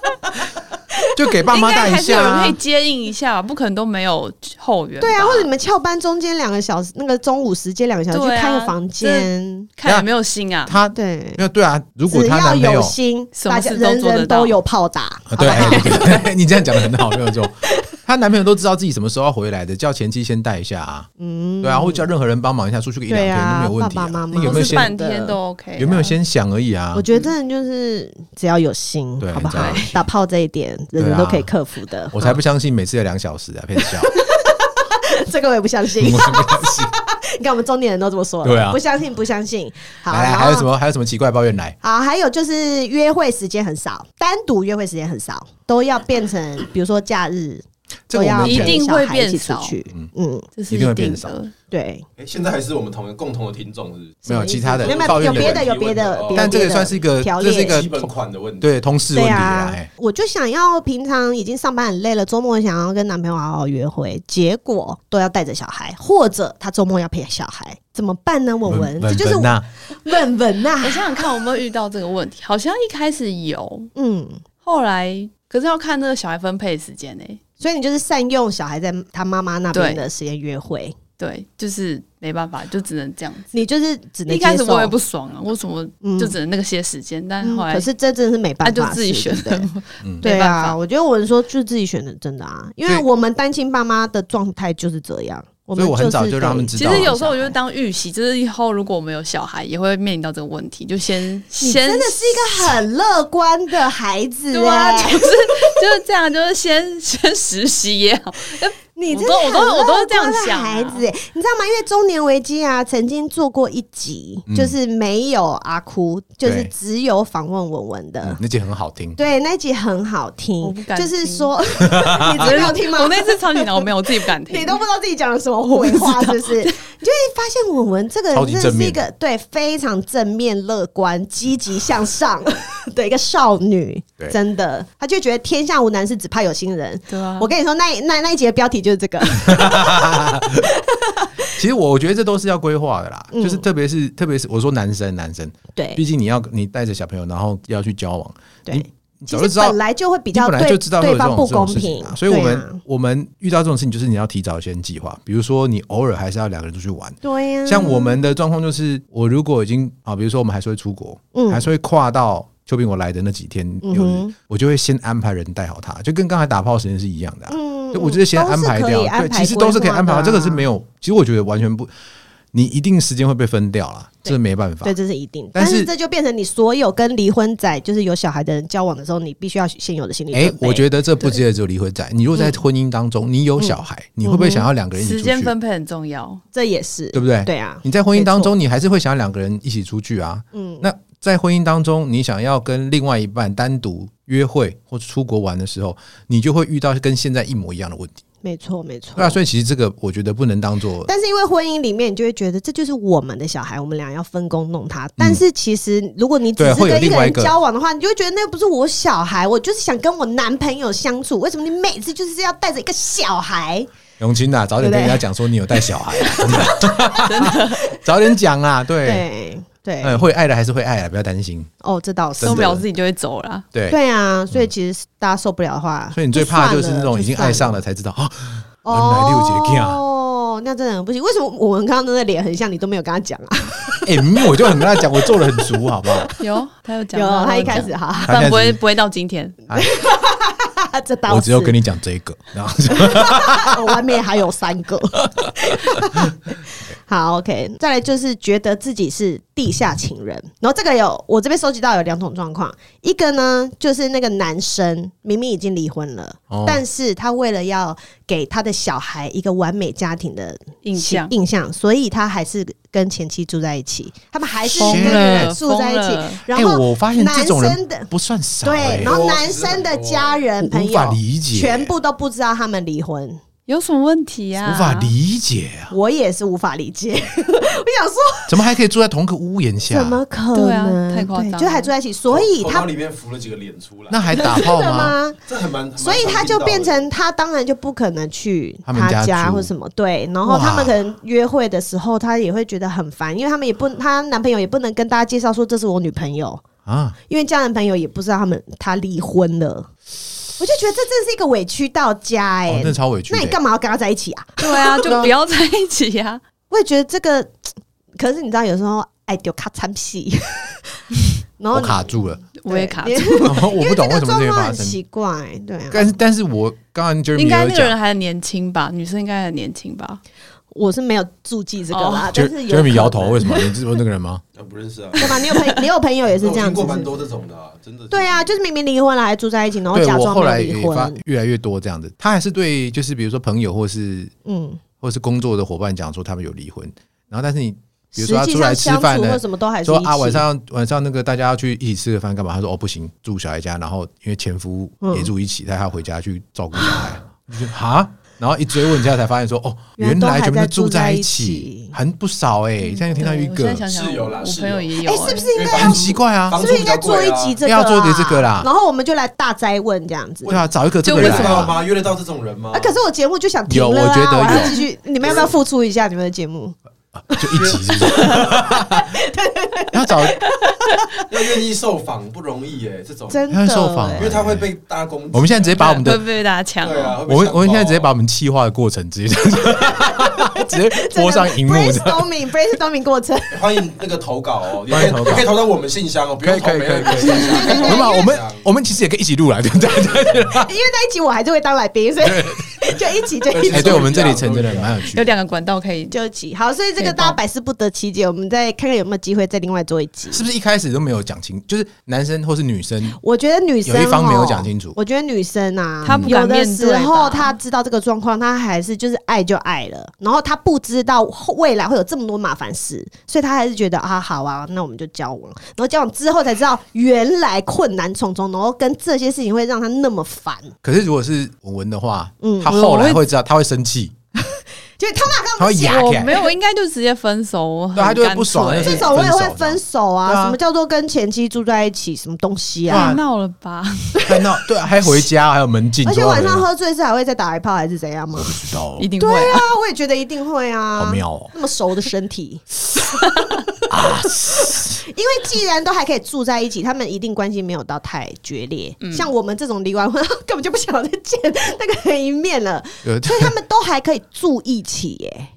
S4: 就给爸
S5: 应
S4: 妈
S5: 该
S4: 带一
S5: 还是有
S4: 下、
S5: 人可
S4: 啊
S5: 以。接应一下吧，不可能都没有后援吧。
S3: 对啊，或者你们翘班中间两个小时，那个中午时间两个小时去
S5: 对啊
S3: 开个房间，
S5: 看有没有心啊。
S4: 他
S3: 对
S4: 没。有对啊，如果
S3: 只
S4: 他
S3: 要
S4: 男朋
S3: 有
S4: 友
S3: 心，
S5: 什
S3: 大
S5: 么
S3: 家
S5: 事都
S3: 人
S5: 做得
S3: 人
S5: 到
S3: 都有炮打，
S4: 啊，对，哎对对 你这样讲的很好，没有错。她男朋友都知道自己什么时候要回来的，叫前妻先带一下啊，
S3: 嗯，
S4: 对啊，或叫任何人帮忙一下，出去个一两
S3: 对
S4: 天
S3: 啊
S4: 都没有问题
S3: 爸爸妈
S4: 啊。
S3: 妈
S4: 那有没
S5: 或
S4: 有
S5: 是
S4: 先呃
S5: 半天都 OK？啊
S4: 有没有先想而已啊
S3: 我？觉得真的就是只要有心，
S4: 对
S3: 好不
S4: 只
S3: 好
S4: 要有？
S3: 打炮这一点，人
S4: 对
S3: 人
S4: 啊
S3: 都可以克服的。
S4: 我才不相信每次要两小时啊，骗笑，
S3: 这个我也不相信。
S4: 我才不相信。
S3: 你看我们中年人都这么说了，
S4: 对啊
S3: 不相信，不相信。 好，
S4: 来来，
S3: 然后
S4: 还有什么还有什么奇怪抱怨来？
S3: 好，还有就是约会时间很少，单独约会时间很少，都要变成比如说假日，
S4: 这个我们
S3: 都
S5: 一
S3: 要
S5: 定
S3: 陪小
S5: 会
S3: 孩
S5: 变
S3: 一起出
S5: 少
S3: 去。嗯，
S5: 这是
S4: 一定会变少
S5: 的。
S3: 对，
S2: 哎、现在还是我们同共同的听众是不是
S4: 嗯没有其他的
S3: 没有没有
S4: 抱
S3: 有
S4: 怨
S3: 别的有
S4: 人，
S3: 别的，
S2: 哦
S3: 别的
S4: 但这个算是一个，
S3: 条
S4: 这是一
S3: 例
S4: 个
S2: 基本款的问题。，
S4: 对通识问
S3: 对
S4: 题啦
S3: 啊。
S4: 哎，
S3: 我就想要平常已经上班很累了，周末想要跟男朋友好好约会，结果都要带着小孩，或者他周末要陪小孩，怎么办呢？文文，这就是
S4: 那
S3: 文文 呐
S5: 我。想想看，我们遇到这个问题，好像一开始有，
S3: 嗯，
S5: 后来可是要看那个小孩分配时间呢、欸
S3: 所以你就是善用小孩在他妈妈那边
S5: 对
S3: 的时间约会，
S5: 对，就是没办法，就只能这样子。
S3: 你就是只能
S5: 一开始
S3: 接受
S5: 我也不爽啊，为什么
S3: 嗯
S5: 就只能那个些时间？但
S3: 嗯
S5: 后来
S3: 可是这真的是没办
S5: 他
S3: 法，
S5: 就自己选
S3: 是对
S5: 的
S3: 不对，
S4: 嗯
S3: 对
S5: 没办
S3: 啊，
S5: 法。
S3: 我觉得我是说，就是自己选的，真的啊，因为
S4: 对
S3: 我们单亲爸妈的状态就是这样，我
S4: 所
S3: 们
S4: 以我很早
S3: 是
S4: 就让他们
S3: 得
S4: 知
S5: 其
S4: 道啊。
S5: 实有时候我就当预习，就是以后如果我们有小孩，也会面临到这个问题，就先
S3: 你
S5: 先
S3: 真的是一个很乐观的孩子、
S5: 对啊，
S3: 哎
S5: 就是 就是这样，就是先先实习也好，
S3: 你
S5: 我
S3: 真的
S5: 都我都
S3: 很
S5: 我都是
S3: 乐
S5: 这样
S3: 观的
S5: 想啊
S3: 孩子、哎你知道吗？因为中年危机啊，曾经做过一集，
S4: 嗯
S3: 就是没有阿哭，就是
S4: 对
S3: 只有访问文文
S4: 嗯
S3: 的。
S4: 那集很好听，
S3: 对，那集很好听
S5: 我不，敢
S3: 就是 说， 你真的有听吗？
S5: 我那次超级难，我没有，我自己不敢听。
S3: 你都不知道自己讲了什么鬼话，是不 是？你就会发现文文这个人
S4: 超级
S3: 真的是
S4: 正
S3: 一
S4: 面
S3: 个对非常正面、乐观、积极向 上的一个少女
S4: 对，
S3: 真的，她就觉得天下无难事，只怕有心人。
S5: 对啊，
S3: 我跟你说，那那那一集的标题就是这个，
S4: 其实我我觉得这都是要规划的啦，
S3: 嗯
S4: 就是特别是特别是我说男生男生，毕
S3: 对
S4: 竟你要你带着小朋友，然后要去交往，
S3: 对
S4: 你。你
S3: 其
S4: 早就
S3: 实
S4: 知道
S3: 本，来就会比
S4: 你
S3: 较
S4: 本来
S3: 对
S4: 就知道会有
S3: 对
S4: 这
S3: 方
S4: 种
S3: 不
S4: 这种
S3: 公
S4: 事情
S3: 平
S4: 啊，，所以我
S3: 对啊
S4: 们我们遇到这种事情，就是你要提早先计划。比如说，你偶尔还是要两个人出去玩。
S3: 对啊呀，
S4: 像我们的状况就是，我如果已经啊，比如说我们还是会出国，
S3: 嗯
S4: 还是会跨到邱炳我来的那几天，
S3: 嗯
S4: 有
S3: 哼
S4: 我就会先安排人带好他，就跟刚才打炮时间是一样的啊。
S3: 嗯
S4: 就我觉得先安排掉，对，其实都是可以安排好，这个是没
S3: 有，
S4: 有。其实我觉得完全不，你一定时间会被分掉啦，
S3: 对
S4: 这没办法
S3: 对，。这是一定。
S4: 但
S3: 但是
S4: 是
S3: 这就变成你所有跟离婚仔，就是有小孩的人交往的时候，你必须要先有的心理
S4: 哎
S3: 准，备。嗯
S4: 我觉得这不只有只有离婚在，你如果在婚姻当中，你有小孩，你会不会想要两个人一起
S5: 时
S4: 出
S5: 间
S4: 去？
S5: 分配很重要。
S3: 这也是
S4: 对不对？
S3: 对啊，
S4: 你在婚姻当中，你还是会想要两个人一起出去啊。
S3: 嗯，
S4: 那在婚姻当中，你想要跟另外一半单独约会或出国玩的时候，你就会遇到跟现在一模一样的问题。
S3: 没错没错。
S4: 对啊，所以其实这个我觉得不能当做
S3: 但是因为婚姻里面，你就会觉得这就是我们的小孩，我们俩要分工弄他。但是其实，如果你只
S4: 嗯对
S3: 是
S4: 会有
S3: 跟一个
S4: 另外
S3: 人
S4: 一个
S3: 交往的话，你就会觉得那不是我小孩，我就是想跟我男朋友相处。为什么你每次就是要带着一个小孩？
S4: 永清啊，早点跟人家讲说你有带小孩啊，真的， 早点讲啊，对，
S3: 对对，
S4: 嗯，会爱的还是会爱啊，不要担心，
S3: 哦，这倒是
S5: 受。不了自己就会走了。
S4: 对。
S3: 对啊，所以其实大家受不了的话，
S4: 所以你最怕
S3: 就
S4: 就是
S3: 算
S4: 那
S3: 了
S4: 种已经爱上了。才知道啊，原来六姐这样，
S3: 哦，那真的很不行。为什么我们刚刚那个脸很像，你都没有跟他讲啊？
S4: 哎，明明我就很跟他讲，我做的很足，好不 好？
S5: 有，他有讲
S3: 有，
S5: 到，
S3: 他一
S5: 有讲
S3: 开始哈，
S5: 不然不会不会到今天。
S3: 这倒
S4: 我只有跟
S3: 你
S4: 你讲这个，然后就
S3: 哦外面还有三个。 好，OK，再来就是觉得自己是地下情人，然后这个有我这边收集到有两种状况，一个呢就是那个男生明明已经离婚了，
S4: 哦
S3: 但是他为了要给他的小孩一个完美家庭的
S5: 印象
S3: 印象，所以他还是跟前妻住在一起，他们还是
S5: 疯
S3: 跟
S5: 了
S3: 人住在一
S5: 疯
S3: 起
S5: 了，
S3: 然
S4: 哎
S3: 后、
S4: 我发现这种
S3: 男生
S4: 人
S3: 的
S4: 不算少，哎
S3: 对，然后男生的家人
S4: 我
S3: 朋
S4: 无
S3: 友
S4: 法理解，
S3: 全部都不知道他们离婚，
S5: 有什么问题呀？
S3: 啊
S4: 无法理解啊，
S3: 我也是无法理解。 我想说，
S4: 怎么还可以住在同个屋檐下？
S3: 怎么可
S5: 对
S3: 能？
S5: 啊太夸张了
S3: 对就还住在一起，所以
S2: 头
S3: 他
S2: 脑里面浮了几个脸出来，
S4: 那还打炮
S3: 真的
S4: 吗？
S3: 吗？
S2: 这很蛮，
S3: 所以他就变成他当然就不可能去
S4: 他们
S3: 他
S4: 家
S3: 家
S4: 住
S3: 或什么对，然后
S4: 哇
S3: 他们可能约会的时候，他也会觉得很烦，因为他们也不，她男朋友也不能跟大家介绍说这是我女朋友，
S4: 啊，
S3: 因为家人朋友也不知道他们他离婚了。我就觉得这真是一个委屈到家哎、
S4: 哦，那超委屈的。
S3: 那你干嘛要跟他在一起啊？
S5: 对啊，就不要在一起 呀。
S3: 我也觉得这个，可是你知道，有时候爱丢咔嚓戏， 然后
S4: 我
S3: 你
S4: 卡住了，
S5: 我也卡 住
S3: 因，为
S4: 我不懂为
S3: 这个
S4: 什么这
S3: 状
S4: 会
S3: 况
S4: 发
S3: 很
S4: 生。
S3: 奇怪，对啊，
S4: 但是，但是我刚刚 Jeremy
S5: 应
S4: 也
S5: 该
S4: 有
S5: 那个
S4: 讲
S5: 人还年轻吧？女生应该还年轻吧？
S3: 我是没有注记这个
S5: 哦
S3: 啦，啊但是
S4: ，Jer-
S3: 有可能
S4: Jeremy 摇头，为什么？你知道那个人吗？
S2: 成不认识啊。
S3: 对吧？你有朋友你有朋友也是这
S2: 我
S3: 样
S2: 听
S3: 子
S2: 过
S3: 是
S2: 蛮
S3: 不是，
S2: 多这种的啊，真的。
S3: 对啊，就是明明离婚了还住在一起，然后
S4: 对
S3: 假
S4: 我
S3: 装
S4: 后
S3: 没有
S4: 来也
S3: 离
S4: 发
S3: 婚，
S4: 越来越多这样的，他还是对就是比如说朋友或是
S3: 嗯，
S4: 或是工作的伙伴讲说他们有离婚，然后但是你
S3: 实
S4: 比如说他
S3: 际
S4: 出
S3: 上
S4: 来吃
S3: 相
S4: 饭
S3: 处
S4: 呢
S3: 或，什么都还是
S4: 说
S3: 一
S4: 啊晚
S3: 起。
S4: 上晚上那个大家要去一起吃个饭干嘛？他说哦不行，住小孩家，然后因为前夫也住一起，他还要回家去照顾小孩，我就觉得哈。然后一追问一下才发现说哦，
S3: 原来
S4: 原
S3: 都
S4: 来
S3: 还
S4: 全部
S3: 在
S4: 都
S3: 住
S4: 住
S3: 在
S4: 在
S3: 一
S4: 一
S3: 起
S4: 起，很不少哎。现在又听到一
S5: 嗯对我
S4: 个
S5: 现在，想想
S2: 室友啦
S5: 我
S2: 室
S5: 朋友
S2: 友
S5: 也有
S3: 哎、
S5: 欸，
S3: 是不是应该要
S4: 很？奇怪啊
S2: 房，
S3: 是
S2: 租
S3: 不是应该
S2: 比较
S3: 做
S2: 贵
S3: 一
S2: 啊
S3: 集这个、啊？
S4: 要做一集这个啦
S3: 然后我们就来大灾问这样子。
S4: 对啊，找一个这个
S5: 就
S4: 人
S5: 为
S2: 知
S5: 什
S2: 道
S4: 啊，
S2: 吗？约得到这种人吗？
S3: 啊！可是我节目就想停
S4: 有
S3: 了啊，
S4: 我觉得
S3: 还要
S4: 有
S3: 继续。你们要不要付出一下你们的节目？
S4: 就一集是不是？要找
S2: 要愿意受访不容易耶，这种，
S3: 真的、
S4: 要哦受访啊
S2: 因为他会被大家攻击。
S4: 我们现在直接把我们
S5: 会
S4: 的
S5: 不，会被大家抢
S2: 对
S5: 哦？
S2: 啊，会被
S4: 我们
S2: 呛爆
S4: 我们现在直接把我们气化的过程直接直接播上荧幕这样。
S3: brainstorming，brainstorming 过 程，
S2: 欢迎那个投稿哦，也
S4: 欢迎投稿
S2: 可以也可以投到我们信箱哦，不用投别人的信箱。
S3: 对对对
S4: 没有，啊我们我们其实也可以一起录来，对不对？
S3: 因为那一集我还是会当来宾，所以 就一集就一
S4: 哎，
S3: 集
S4: 对我们这里成真的蛮有趣的。
S5: 有两个管道可以，
S3: 就一集。好，所以这个大家百思不得其解，我们再看看有没有机会再另外做一集。
S4: 是不是一开始都没有讲清？就是男生或是女生，
S3: 我觉得女生
S4: 有一方
S3: 哦
S4: 没有讲清楚
S3: 我觉得女生啊，
S5: 她不敢
S3: 有的
S5: 面对
S3: 时
S5: 吧
S3: 候她知道这个状况，她还是就是爱就爱了，然后她不知道后未来会有这么多麻烦事，所以她还是觉得啊好啊，那我们就交往。然后交往之后才知道原来困难重重，然后跟这些事情会让她那么烦。
S4: 可是如果是文文的话
S3: 嗯，
S4: 他后来会知道，他会生气，
S3: 就是他妈
S4: 他
S3: 刚
S4: 会
S3: 刚
S4: 哑
S5: 我
S4: 起来
S5: 没。有，应该就直接分手。我很
S4: 对他就会
S5: 干脆
S4: 不爽就是
S3: 这种我也会分
S4: 分
S3: 手啊，
S4: 对啊
S3: 什么叫做跟前妻住在一起，什么东西
S4: 嗯
S3: 啊？
S5: 太闹了吧？
S4: 看到对，啊还回家，还有门禁，
S3: 而且
S4: 都要
S3: 晚上
S4: 回家
S3: 喝醉是还会再打一炮还是怎 样吗？
S4: 不知道哦
S5: 一定会
S3: 对
S5: 啊
S3: 啊，我也觉得一定会啊。
S4: 好妙哦啊
S3: 那么熟的身 体。因为既然都还可以住在一起，他们一定关系没有到太决裂。
S4: 嗯
S3: 像我们这种离完婚 根本就不想再见那个人一面了，
S4: 呃
S3: 所以他们都还可以住一起耶。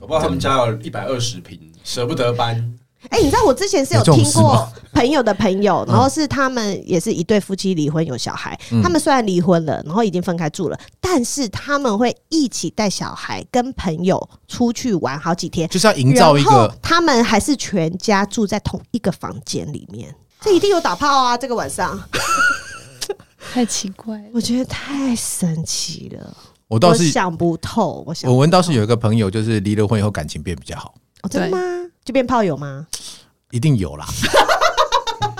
S2: 我不知道他们家有一百二十平，舍不得搬。
S3: 哎、你知道我之前是有
S4: 有这种
S3: 听
S4: 事
S3: 过
S4: 吗嗯
S3: 朋友的朋友，然后是他们也是一对夫妻离婚有小孩，他们虽然离婚了，然后已经分开住了，但是他们会一起带小孩跟朋友出去玩好几天，
S4: 就是要营造一
S3: 然后
S4: 个
S3: 他们还是全家住在同一个房间里面，这一定有打炮啊！这个晚上，
S5: 太奇怪了。
S3: 我觉得太神奇了，
S4: 我倒
S3: 我
S4: 是
S3: 想不透。我想
S4: 我文倒是有一个朋友，就是离了婚以后感情变比较好，
S3: 哦，真的吗？就变炮友吗？
S4: 一定有啦。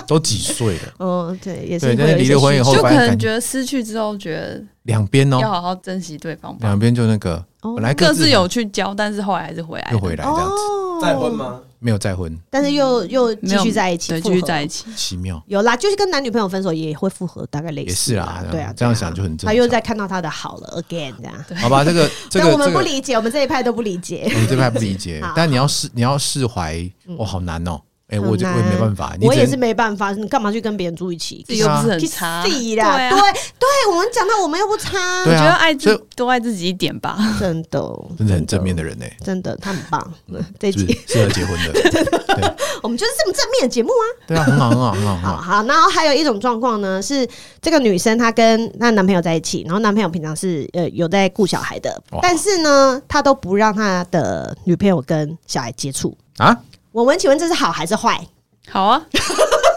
S4: 都几岁了？
S3: 哦，对，也是
S4: 对，但
S3: 会有
S4: 是
S3: 一
S4: 离
S3: 些
S4: 了婚以
S3: 需
S4: 后，
S5: 就
S4: 发
S5: 可
S4: 现
S5: 能
S4: 感
S5: 觉得失去之后，觉得
S4: 两边
S5: 要
S4: 哦，
S5: 好好珍惜对方吧。
S4: 两边就那个
S3: 哦
S4: 本来
S5: 各自
S4: 自
S5: 有去交，但是后来还是回来
S4: 又
S5: 了，
S4: 回来这样子，
S3: 哦，
S2: 再婚？吗？
S4: 没有再婚，
S3: 但是又
S4: 嗯
S3: 又
S5: 没
S3: 继
S5: 有
S3: 续在一起，
S5: 对，
S3: 复
S5: 继
S3: 合
S5: 续在一起。
S4: 奇妙
S3: 有啦，就是跟男女朋友分手也会复合，大概类
S4: 也
S3: 似
S4: 是
S3: 啦
S4: 啦。，
S3: 对啊，
S4: 这样想就很正
S3: 他又
S4: 常。
S3: 在看到他的好了，again 这样。
S4: 好吧，这个这
S3: 但
S4: 个
S3: 我们
S4: 这
S3: 不
S4: 个，
S3: 理解，我们这一派都不理解。
S4: 我们哦这边还不理解
S3: 好，嗯
S4: 但你要释你要释怀，哦，好难哦，哎，我就
S3: 好
S4: 我
S3: 难
S4: 也没办法，你
S3: 我也是
S4: 只能
S3: 没办法，你干嘛去跟别人住一起？
S5: 自己又不是很差，
S3: 去死啦！
S5: 对
S3: 对
S5: 啊，
S3: 对，我们讲到我们又不差，
S5: 我
S4: 对
S5: 觉得爱
S4: 啊，所
S5: 自
S4: 以
S5: 多爱自己一点吧。
S3: 真的，
S4: 真的很正面的人呢，欸
S3: 真的，他很棒。对，这一
S4: 是不
S3: 集
S4: 是适合结婚的？
S3: 我们就是这么正面的节目啊。
S4: 对啊，很好很好很好很
S3: 好
S4: 好，
S3: 好，然后还有一种状况呢，是这个女生她跟她男朋友在一起，然后男朋友平常是呃有在顾小孩的
S4: 哇，
S3: 但是呢，他都不让他的女朋友跟小孩接触。
S4: 啊
S3: 我们请问这是好还是坏？
S5: 好啊，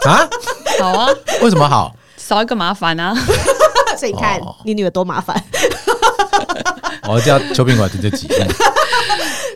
S4: 啊，
S5: 好 啊，
S4: 为什么好？
S5: 少一个麻烦啊。
S3: 所以你看
S4: 哦，
S3: 你女儿多麻烦，
S4: 我哦叫邱宾馆停这集，嗯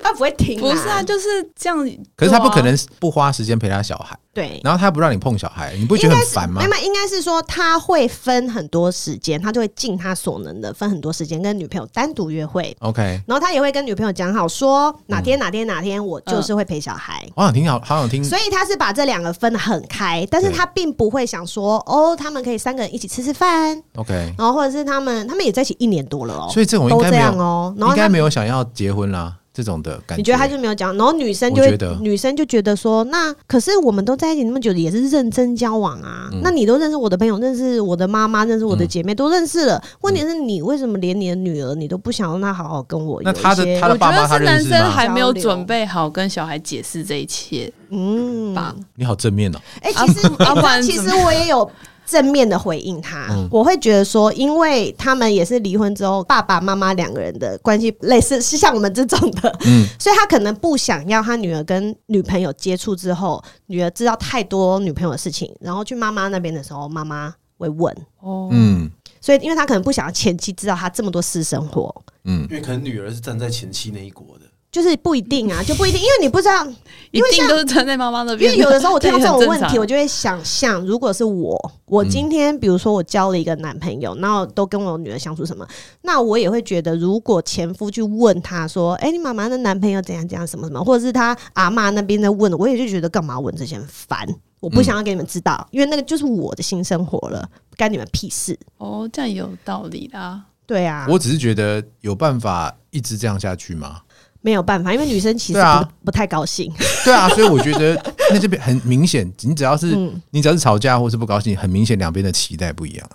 S3: 她不会停。
S5: 不 是啊，，就是这样。
S4: 可是他不可
S5: 对啊
S4: 能不花时间陪他小孩，
S3: 对。
S4: 然后他不让你碰小孩，你不觉得很烦吗
S3: 没？有，应该是说他会分很多时间，他就会尽他所能的分很多时间跟女朋友单独约会，
S4: OK，
S3: 然后他也会跟女朋友讲好说哪
S4: 嗯
S3: 天哪天哪天我就是会陪小孩，
S4: 好想听，好好想听，
S3: 所以他是把这两个分得很开，但是他并不会想说哦，他们可以三个人一起吃吃饭，
S4: OK，
S3: 然后或者是他们他们也在一起一年多了哦，
S4: 所以这种应
S3: 都
S4: 该
S3: 这
S4: 没
S3: 样
S4: 有，
S3: 哦，然
S4: 应
S3: 后
S4: 该
S3: 他。
S4: 没有想要结婚啦这种的感觉。
S3: 你觉得他就没有讲，然后女生
S4: 我
S3: 就会
S4: 觉得
S3: 女生就觉得说，那可是我们都在一起那么久，也是认真交往啊。
S4: 嗯
S3: 那你都认识我的朋友，认识我的妈妈，认识我的姐妹，都认识了。问题
S4: 嗯
S3: 是你为什么连你的女儿你都不想让她好好跟我有
S4: 那
S3: 一些？
S4: 她的她的
S5: 我觉
S4: 爸妈
S5: 得
S4: 他
S5: 是
S4: 认
S5: 男
S4: 识
S5: 生
S4: 吗
S5: 还没有
S3: 交流
S5: 准备好跟小孩解释这一切
S3: 嗯，
S5: 吧。
S4: 你好正面哦，
S3: 哎、其实、
S5: 啊
S3: 你知
S5: 不
S3: 道，
S5: 然
S3: 其
S5: 怎
S3: 实
S5: 么
S3: 我也有正面的回应他，
S4: 嗯
S3: 我会觉得说，因为他们也是离婚之后，爸爸妈妈两个人的关系类似，是像我们这种的，
S4: 嗯
S3: 所以他可能不想要他女儿跟女朋友接触之后，女儿知道太多女朋友的事情，然后去妈妈那边的时候，妈妈会问，
S5: 哦，
S4: 嗯
S3: 所以因为他可能不想要前妻知道他这么多私生活。
S4: 嗯
S2: 因，为可能女儿是站在前妻那一国的，
S3: 就是不一定啊，就不一定，因为你不知道，
S5: 一定都是站在妈妈那
S3: 因
S5: 边的。
S3: 为有的时候我听 到这种问题，我
S5: 就
S3: 就会想象，如果是我，
S4: 嗯
S3: 我今天比如说我交了一个男朋友，然后都跟我女儿相处什么，那我也会觉得，如果前夫去问她说：“哎、你妈妈的男朋友怎样怎样什么什么”，或者是她阿妈那边在问，我也就觉得干嘛问这些很烦，我
S4: 嗯
S3: 不想要给你们知道，因为那个就是我的新生活了，干你们屁事。
S5: 哦，这样有道理啦。
S3: 对啊，
S4: 我只是觉得有办法一直这样下去吗？
S3: 没有办法，因为女生其实
S4: 对
S3: 不、
S4: 啊
S3: 不太高兴。
S4: 对啊，所以我觉得那这边很明显，你只要是
S3: 嗯
S4: 你只要是吵架或是不高兴，很明显两边的期待不一样，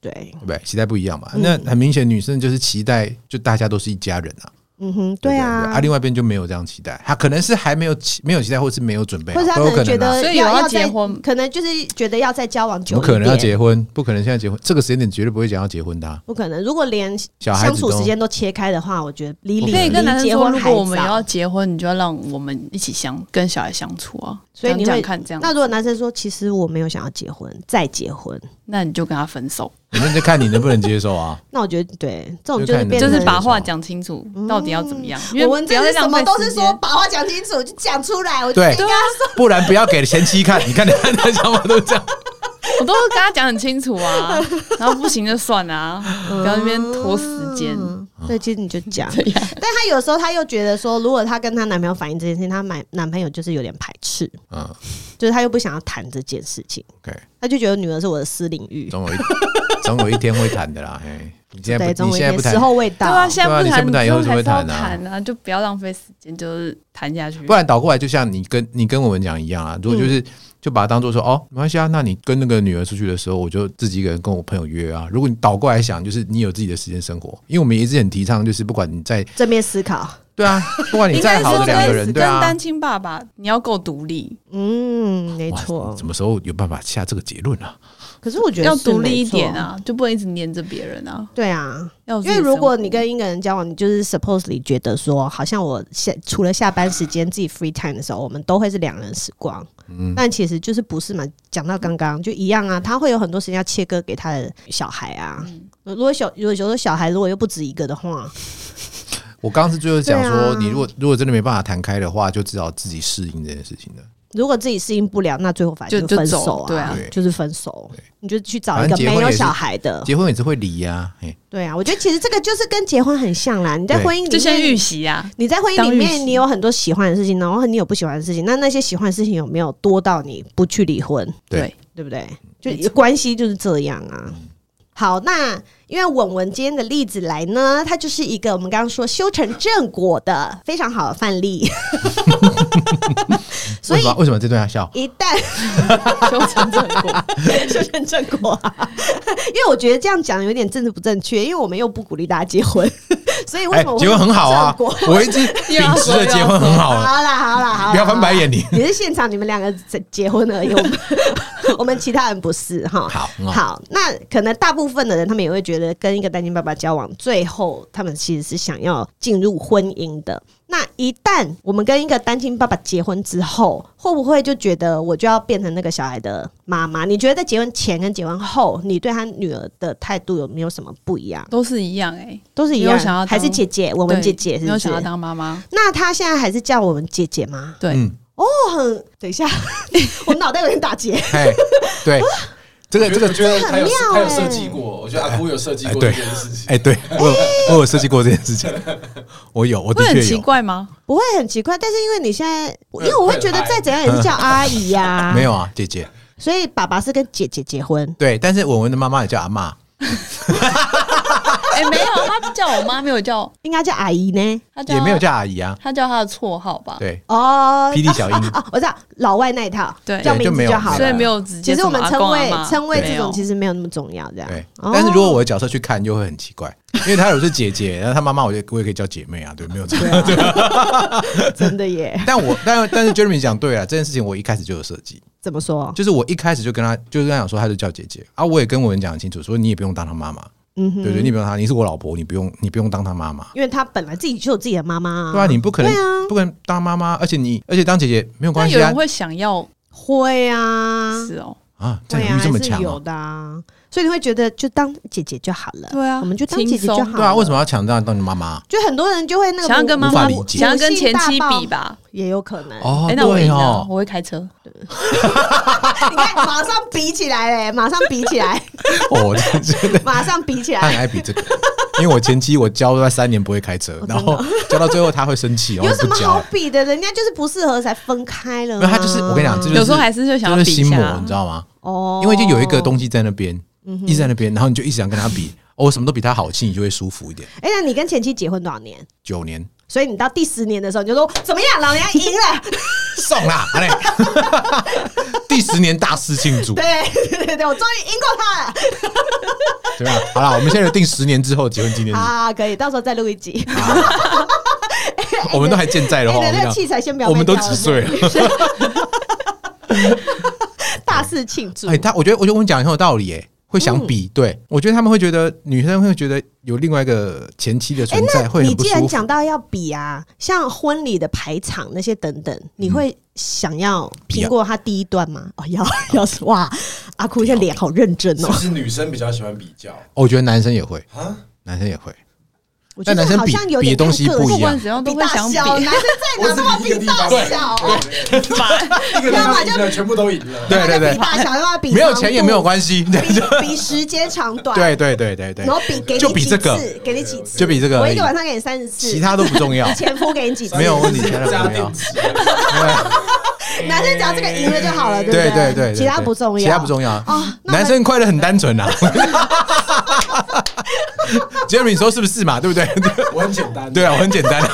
S3: 对，
S4: 对不对？期待不一样
S3: 嗯
S4: 嘛，那很明显女生就是期待，就大家都是一家人啊。
S3: 嗯哼，
S4: 对
S3: 对
S4: 不对
S3: 啊
S4: 啊，。另外一边就没有这样期待，他可能是还没有期没有期待，或是没有准备好，
S3: 或者他
S4: 都有
S3: 可能觉
S4: 能啊。
S3: 得
S5: 所以有
S3: 要
S5: 要
S3: 要
S5: 结
S3: 在
S5: 婚
S3: 可能就是觉得要再交往
S4: 怎
S3: 久
S4: 么
S3: 一点，
S4: 可能要结婚？不可能现在结婚，这个时间点绝对不会想要结婚的啊、
S3: 不可能。如果连
S4: 小孩
S3: 相
S4: 子
S3: 处
S4: 都
S3: 时间都切开的话，我觉得离
S4: 不
S3: 离
S5: 可以跟男
S3: 离
S5: 生
S3: 结
S5: 说，
S3: 婚
S5: 如
S3: 还
S5: 果我们
S3: 早。
S5: 要结婚，你就要让我们一起相跟小孩相处啊。
S3: 所以你
S5: 这样
S3: 会
S5: 这样看这样，
S3: 那
S5: 那
S3: 如果男生说其实我没有想要结婚，再结婚，
S5: 那你就跟他分手，
S4: 你们就看你能不能接受 啊。
S3: 那我觉得对这种
S4: 就
S3: 就是
S4: 看你
S3: 变
S5: 就
S3: 成
S5: 是把
S4: 分手
S5: 话讲清楚，到底要怎么样？因为
S3: 我们
S5: 不要
S3: 这
S5: 再
S3: 是什
S5: 浪费
S3: 么都是
S5: 时间
S3: 说把话讲清楚，就讲出来。我就
S4: 对
S3: 应该
S4: 不然不要给前妻看，你看你看他想法都这样。
S5: 我都跟他讲很清楚啊，然后不行就算 了、啊，不要在那边拖时间。
S3: 嗯
S4: 哦
S3: 对，其实你就 讲。但她有时候她又觉得说，如果她跟她男朋友反映这件事情，她男男朋友就是有点排斥，
S4: 嗯
S3: 就是她又不想要谈这件事情，
S4: ，OK，
S3: 她就觉得女儿是我的私领域。
S4: 总有一总有一天会谈的啦。嘿，你现
S3: 对，
S4: 在不你
S3: 总有一
S4: 现在
S3: 天
S4: 不
S3: 时
S4: 谈，
S3: 候未
S5: 对
S3: 到。
S5: 啊，现
S4: 对啊
S5: 在
S4: 你现在不
S5: 不谈，
S4: 谈
S5: 你
S4: 以
S5: 之
S4: 后
S5: 后
S4: 就
S5: 还
S4: 会
S5: 是要
S4: 谈啊
S5: 谈啊，就不要浪费时间，就是谈下去。
S4: 不然倒过来就像你跟你跟我们讲一样啊。如果就是、就把它当做说哦，没关系啊，那你跟那个女儿出去的时候，我就自己一个人跟我朋友约啊。如果你倒过来想，就是你有自己的时间生活，因为我们一直很提倡，就是不管你在
S3: 正面思考，
S4: 对啊，不管你
S5: 应该
S4: 再
S5: 是
S4: 好的两
S5: 开
S4: 个
S5: 始
S4: 人，
S5: 跟
S4: 对啊，
S5: 单亲爸爸，你要够独立，
S3: 嗯，没
S4: 哇
S3: 错
S4: 什。么时候有办法下这个结论啊？
S3: 可是我觉得
S5: 要
S3: 是
S5: 独立
S3: 没
S5: 一
S3: 错
S5: 点。啊，就不能一直黏着别人啊。
S3: 对啊，
S5: 要有
S3: 因
S5: 自己
S3: 为
S5: 的
S3: 如果
S5: 生活
S3: 你跟一个人交往，你就是 supposedly 觉得说，好像我下除了下班时间自己 free time 的时候，我们都会是两人时光。
S4: 嗯
S3: 但其实就是不是嘛？讲到刚刚就一样
S5: 嗯
S3: 啊，他会有很多时间要切割给他的小孩啊。如果小如果有时候小孩如果又不止一个的话，
S4: 我刚刚是最后讲说，
S3: 对啊
S4: 你如果如果真的没办法谈开的话，就只好自己适应这件事情了。
S3: 如果自己适应不了，那最后反正
S5: 就
S3: 分
S5: 就走
S3: 手
S5: 对啊
S4: 对
S3: 就是分手
S4: 对，
S3: 你就去找一个
S4: 反正结婚
S3: 没有
S4: 也是
S3: 小孩的。
S4: 结婚也是会离呀、哎，
S3: 对啊，我觉得其实这个就是跟结婚很像啦。你在
S4: 对
S3: 婚姻里
S5: 就先
S3: 面，
S5: 预习啊，
S3: 你在婚姻
S5: 当
S3: 里
S5: 预
S3: 面，
S5: 习
S3: 你有很多喜欢的事情，然后你有不喜欢的事情，那那些喜欢的事情有没有多到你不去离婚？
S4: 对
S5: 对，
S3: 对不对？
S5: 没
S3: 就
S5: 错
S3: 关系就是这样
S4: 嗯
S3: 啊。好，那因为文文今天的例子来呢，它就是一个我们刚刚说修成正果的非常好的范 例。所
S4: 为
S3: 以
S4: 什么为什么这段要笑？
S3: 一旦
S5: 修成正果，
S3: 修成正果、啊，因为我觉得这样讲有点政治不正确，因为我们又不鼓励大家结婚，所以为什么我会
S4: 结婚很好啊
S3: 正果
S4: 我一直秉持着结婚很
S3: 好
S4: 好啊，
S3: 啦好啦好啦，
S4: 不要翻白眼你。
S3: 也是现场你们两个结婚而已，我 们我们其他人不是哈。
S4: 好哦很好
S3: 好，那可能大部分的人他们也会觉得跟一个单亲爸爸交往，最后他们其实是想要进入婚姻的。那一旦我们跟一个单亲爸爸结婚之后，会不会就觉得我就要变成那个小孩的妈妈？你觉得在结婚前跟结婚后，你对他女儿的态度有没有什么不一样？
S5: 都是一样哎。
S3: 都是一
S5: 没
S3: 样
S5: 有想要，当
S3: 还是姐姐？我们姐
S5: 对
S3: 姐是
S5: 没
S3: 不
S5: 有想要
S3: 是？
S5: 当妈妈，
S3: 那他现在还是叫我们姐姐吗？
S5: 对，
S4: 嗯，
S3: 我哦很等一下， 我脑袋有点打结。
S4: 哎，对，这个这个
S2: 我觉得他有
S3: 这很妙
S2: 他有
S3: 欸
S2: 设计过，我觉得阿姑有设计
S4: 哎
S2: 过
S4: 对
S2: 这件事情。
S4: 哎，对我有我有设计过这件事情，我有，我的
S5: 会很
S4: 确
S5: 奇
S4: 有，
S5: 怪吗？
S3: 不会很奇怪，但是因为你现在，因为我会觉得再怎样也是叫阿姨呀、
S4: 呃 没，有啊，姐姐，
S3: 所以爸爸是跟姐姐结婚，
S4: 对，但是文文的妈妈也叫阿妈，
S5: 哎，没有，他叫我妈，没有叫
S3: 应该叫阿姨呢。
S5: 他叫
S4: 也没有，叫阿姨啊，
S5: 他叫他的绰号吧？
S4: 对，
S3: 哦，
S4: 霹雳小樱
S3: 啊啊啊我知道老外那一套，
S5: 对
S3: 叫名
S4: 对就
S3: 字
S4: 没有
S3: 就好了。
S5: 所以没有直
S3: 其
S5: 接
S3: 实
S5: 什
S3: 我
S5: 么
S3: 们
S5: 阿
S3: 称
S5: 公阿
S3: 谓
S5: 嬷。
S3: 称谓这种
S5: 实
S3: 其实没有那么重要，这样
S4: 对。
S3: 哦
S4: 但是如果我的角色去看，就会很奇怪，因为她有是姐姐，然后她妈妈，我就我也可以叫姐妹啊，对，没有错。
S3: 对 啊 真的耶，
S4: 但我但但是 Jeremy 讲对了，啊这件事情我一开始就有设计，
S3: 怎么说？
S4: 就是我一开始就跟她就是跟她讲说，她就叫姐姐啊，我也跟文文讲得很清楚，说你也不用当她妈妈，
S3: 嗯
S4: 对不对？你也不用当她，你是我老婆，你不用你不用当她妈妈。
S3: 因为他本来自己就有自己的妈妈、
S4: 对
S5: 嗯
S4: 啊，你不可能、
S3: 对啊
S4: 不可能当妈妈，而且你而且当姐姐没有
S5: 那
S4: 关
S5: 有
S4: 系啊
S5: 人会想要
S3: 会啊，
S5: 是哦，
S4: 啊，占
S3: 对
S4: 有
S3: 啊，
S4: 欲这么
S3: 还是
S4: 强、
S3: 有
S4: 啊，
S3: 的啊，所以你会觉得就当姐姐就好了，
S5: 对啊
S3: 我们就当姐姐就好
S5: 轻
S3: 了。
S5: 松
S4: 对啊，为什么要抢这样当你妈妈？
S3: 就很多人就会那个
S5: 想要跟妈妈
S4: 无法理解
S5: 想要跟前妻比，吧？
S3: 也有可能。
S4: 哦，
S5: 哎，那我
S4: 对
S5: 赢了，
S4: 哦，
S5: 我会开车，
S3: 你看，哎马上比起来 嘞，马上比起来，
S4: 哦我 真的
S3: 马上比起
S4: 他很
S3: 来。
S4: 爱比这个，因为我前期我教了他三年不会开车，
S5: 哦
S4: 然后教到最后他会生气，哦然
S3: 有
S4: 后
S3: 什
S4: 不
S3: 么好
S4: 教。
S3: 比的？人家就是不适合才分开了啊。
S4: 没有，他就是我跟你讲，这就是
S5: 嗯有时候还是就想要
S4: 就是
S5: 比一
S4: 心魔，
S5: 下嗯
S4: 你知。道吗？
S3: 哦，
S4: 因为就有一个东西在那边，一直在那边，然后你就一直想跟他比，哦，我什么都比他好，心里就会舒服一点。
S3: 哎，那你跟前妻结婚多少年？
S4: 九年
S3: 所以你到第十年的时候，你就说怎么样，老娘赢 了。
S4: 送啦，好嘞， 第十年大肆庆祝，
S3: 对对对对，我终于赢过他了。
S4: 对吧？好啦，我们现在定十年之后结婚纪念日
S3: 好，好，啊好可以，到时候再录一集。
S4: 我们都还健在的
S3: 哎，
S4: 话，啊我
S3: 你的
S4: 跟
S3: 那
S4: 你
S3: 个
S4: 讲
S3: 器材先不要
S4: 我们
S3: 卖
S4: 都
S3: 掉
S4: 几岁了？
S3: 大肆庆祝
S4: 哎、。他我觉得，我觉得我们讲得很有道理、哎，会想
S3: 嗯
S4: 比、对，我觉得他们会觉得女生会觉得有另外一个前妻的
S3: 哎、
S4: 存在
S3: 那
S4: 会
S3: 你
S4: 很不
S3: 既
S4: 舒
S3: 然
S4: 服。
S3: 讲到要比啊，像婚礼的排场那些等等，你
S4: 嗯
S3: 会想要拼过他第一段吗？哦，要要 是哇，阿哭现在脸好认真
S2: 是
S3: 哦
S2: 不。是女生比较喜欢比较
S4: 哦我觉得男生也会，
S2: 啊？
S4: 男生也会，
S3: 我觉得
S4: 但男生
S3: 好像
S4: 比
S3: 有
S4: 比
S3: 点
S4: 的东西
S3: 看个
S4: 不
S3: 性
S5: 不
S4: 一样
S5: 管怎样都
S3: 比
S5: 会
S3: 大
S5: 想比，
S3: 小，男生
S2: 我
S3: 最
S2: 只
S3: 哪那么
S2: 比一个地
S3: 比大
S2: 方，
S3: 小啊？
S2: 对， 一个地方赢了，全部都赢了。
S4: 对对
S3: 比
S4: 对，
S3: 大小，要么比
S4: 没有
S3: 长
S4: 钱也
S3: 度
S4: 没有关系，对
S3: 比比时间长短，，
S4: 对对对对对
S3: 然，后比给你
S4: 就比
S3: 几
S4: 这个
S3: 次，给你几次，
S4: 就比这个
S3: 我
S4: 而
S3: 一
S4: 已
S3: 个，晚上给你三十次，。
S4: 其他都不重要
S3: 前夫给你 几次，
S4: 没有问题
S2: 家电池，
S3: 男生只要这个赢了就好了，对不
S4: 对
S3: 对
S4: 对对，
S3: 其他不重要，
S4: 其他不重要。
S3: 啊。那我
S4: 男
S3: 们
S4: 生快乐很单纯啊。Jeremy 你说是不是嘛？对不对？
S2: 我很简单。
S4: 对啊，我很简单啊。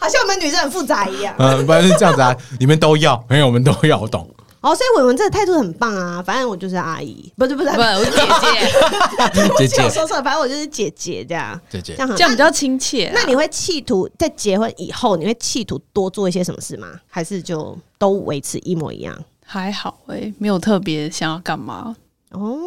S3: 好像我们女生很复杂 一样。
S4: 嗯，不然是这样子啊，你们都要，没有我们都要，我懂。
S3: 哦，所以文文这个态度很棒啊，反正我就是阿姨，不是不是，
S5: 不，我姐
S4: 姐
S3: 不是
S4: 姐
S3: 我，说错了，反正我就是姐姐这样，
S4: 姐姐
S3: 这，样
S5: 姐
S3: 很
S5: 这样比较亲切啊。
S3: 那你会企图在结婚以后，你会企图多做一些什么事吗？还是就都维持一模一样？
S5: 还好哎、没有特别想要干嘛。
S3: 哦，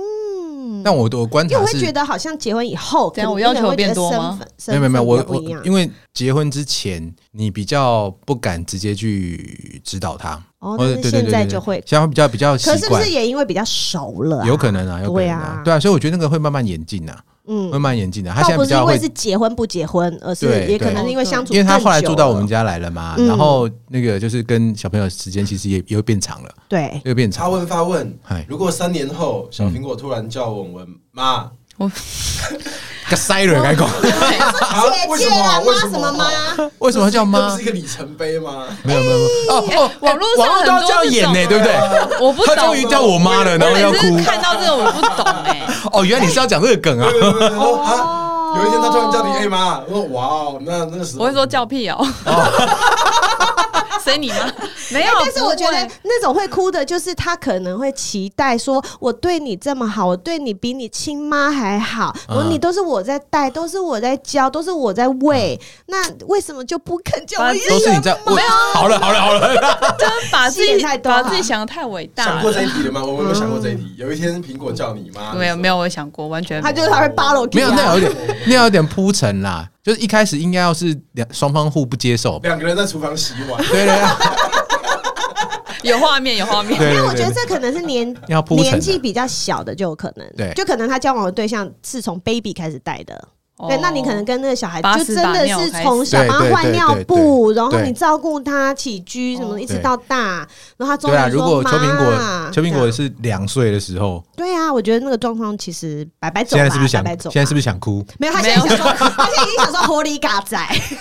S4: 但我我观
S3: 因为
S4: 察
S3: 我
S4: 是
S3: 会觉得好像结婚以后，
S5: 怎
S3: 可
S5: 样
S3: 能
S5: 我要求
S3: 一个人会觉得
S5: 变多吗
S3: 身份？
S4: 没有没有没有，我
S3: 身份比较
S4: 我
S3: 不一样
S4: 因为结婚之前，你比较不敢直接去指导他，
S3: 哦，
S4: 或
S3: 但是
S4: 者对对
S3: 现
S4: 对
S3: 在
S4: 对
S3: 就会，
S4: 现在会比较比较习
S3: 可是不
S4: 惯
S3: 是，也因为比较熟了啊？
S4: 有可能啊，有可能啊，
S3: 对啊
S4: 对啊，所以我觉得那个会慢慢演进啊，
S3: 嗯
S4: 会，慢眼进的。他
S3: 倒
S4: 现在
S3: 不
S4: 比
S3: 是因
S4: 较
S3: 为
S4: 会
S3: 是结婚不结婚，而是
S4: 对
S3: 也可
S4: 对
S3: 能是因为相处，
S4: 因为他后来住到我们，家来了嘛，
S3: 嗯
S4: 然后那个就是跟小朋友时间其实也也会变长了，
S3: 对，
S4: 又变
S2: 查
S4: 长。
S2: 问发问
S4: 嗨，
S2: 如果三年后小苹果突然叫文文 妈，
S4: 个塞瑞 该讲，
S2: 啊为
S3: 姐
S2: 什
S3: 啦，
S2: 么？为
S3: 妈
S2: 什
S3: 什么妈？
S4: 为什么叫
S2: 这
S4: 妈
S2: 不是？一个里程碑 吗？
S4: 没有没有没有哦
S3: 哎
S4: 哦，
S5: 网络上
S4: 网络都要
S5: 很多
S4: 这样演呢，
S5: 这种
S4: 对不对？
S5: 我不懂，
S4: 他终于叫我妈了，然后要
S5: 我每
S4: 哭
S5: 次。看到这个我不懂 哎、
S4: 哦，原来你是要讲这个梗啊
S2: 对！对对对说啊，有一天他突然叫你哎妈，我说哇哦，那那个时候
S5: 我会说叫屁哦、
S3: 哦
S5: 谁你哎妈？没有，
S3: 但是我觉
S5: 不
S3: 得
S5: 会
S3: 那种会哭的，就是他可能会期待说，我对你这么好，我对你比你亲妈还好，然后
S4: 嗯
S3: 你都是我在带，都是我在教，都是我在喂，那为什么就不肯叫我一
S4: 嗯都是
S3: 声
S4: 你在问。好了好了好了，
S5: 就是把自
S3: 戏也
S5: 己
S3: 太多啊
S5: 把
S3: 了
S5: 自己想的太伟大
S2: 想过
S5: 了。
S2: 这一题了吗？我有没有想过这一题？有一天苹果叫你妈，
S5: 没有没
S2: 有，
S5: 有，我想过，完全
S3: 他就是他会扒楼梯、
S4: 没有
S3: 啊，
S4: 那有点那有点铺陈啦，就是一开始应该要是两双方互不接受吧。
S2: 两个人在厨房洗 碗，
S4: 对对
S5: 有画面有画面。
S4: 对
S3: 因为我
S4: 对
S3: 觉
S4: 对
S3: 得
S4: 对，
S3: 这可能是年
S4: 要铺陈啊
S3: 年纪比较小的就有可能，
S4: 对
S3: 就可能他交往的对象是从 baby 开始带的。对，那你可能
S5: 哦
S3: 跟那个小孩
S5: 把
S3: 就
S5: 屎
S3: 真的
S5: 把尿
S3: 是
S5: 开
S3: 从
S5: 始
S3: 小
S4: 对
S3: 帮他
S4: 对
S3: 换
S4: 对
S3: 尿
S4: 对
S3: 布，
S4: 对
S3: 然后
S4: 对
S3: 你照顾他起居什么，
S5: 哦
S3: 一直
S4: 对
S3: 到大，然后他终于
S4: 对啊，如
S3: 说
S4: 果邱苹
S3: 妈
S4: 果邱苹
S3: 这
S4: 果
S3: 样
S4: 是两岁的时候，
S3: 对啊，我觉得那个状况其实白白走吧，
S4: 现在是不是想
S3: 白白走吧？
S4: 现在是不是想哭？
S3: 没有？他现在想说，他现在已经想说 Holy God 仔，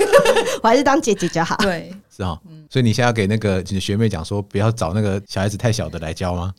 S3: 我还是当姐姐就好。
S5: 对
S4: 是啊，
S3: 嗯
S4: 所以你现在要给那个你的学妹讲说，不要找那个小孩子太小的来教吗？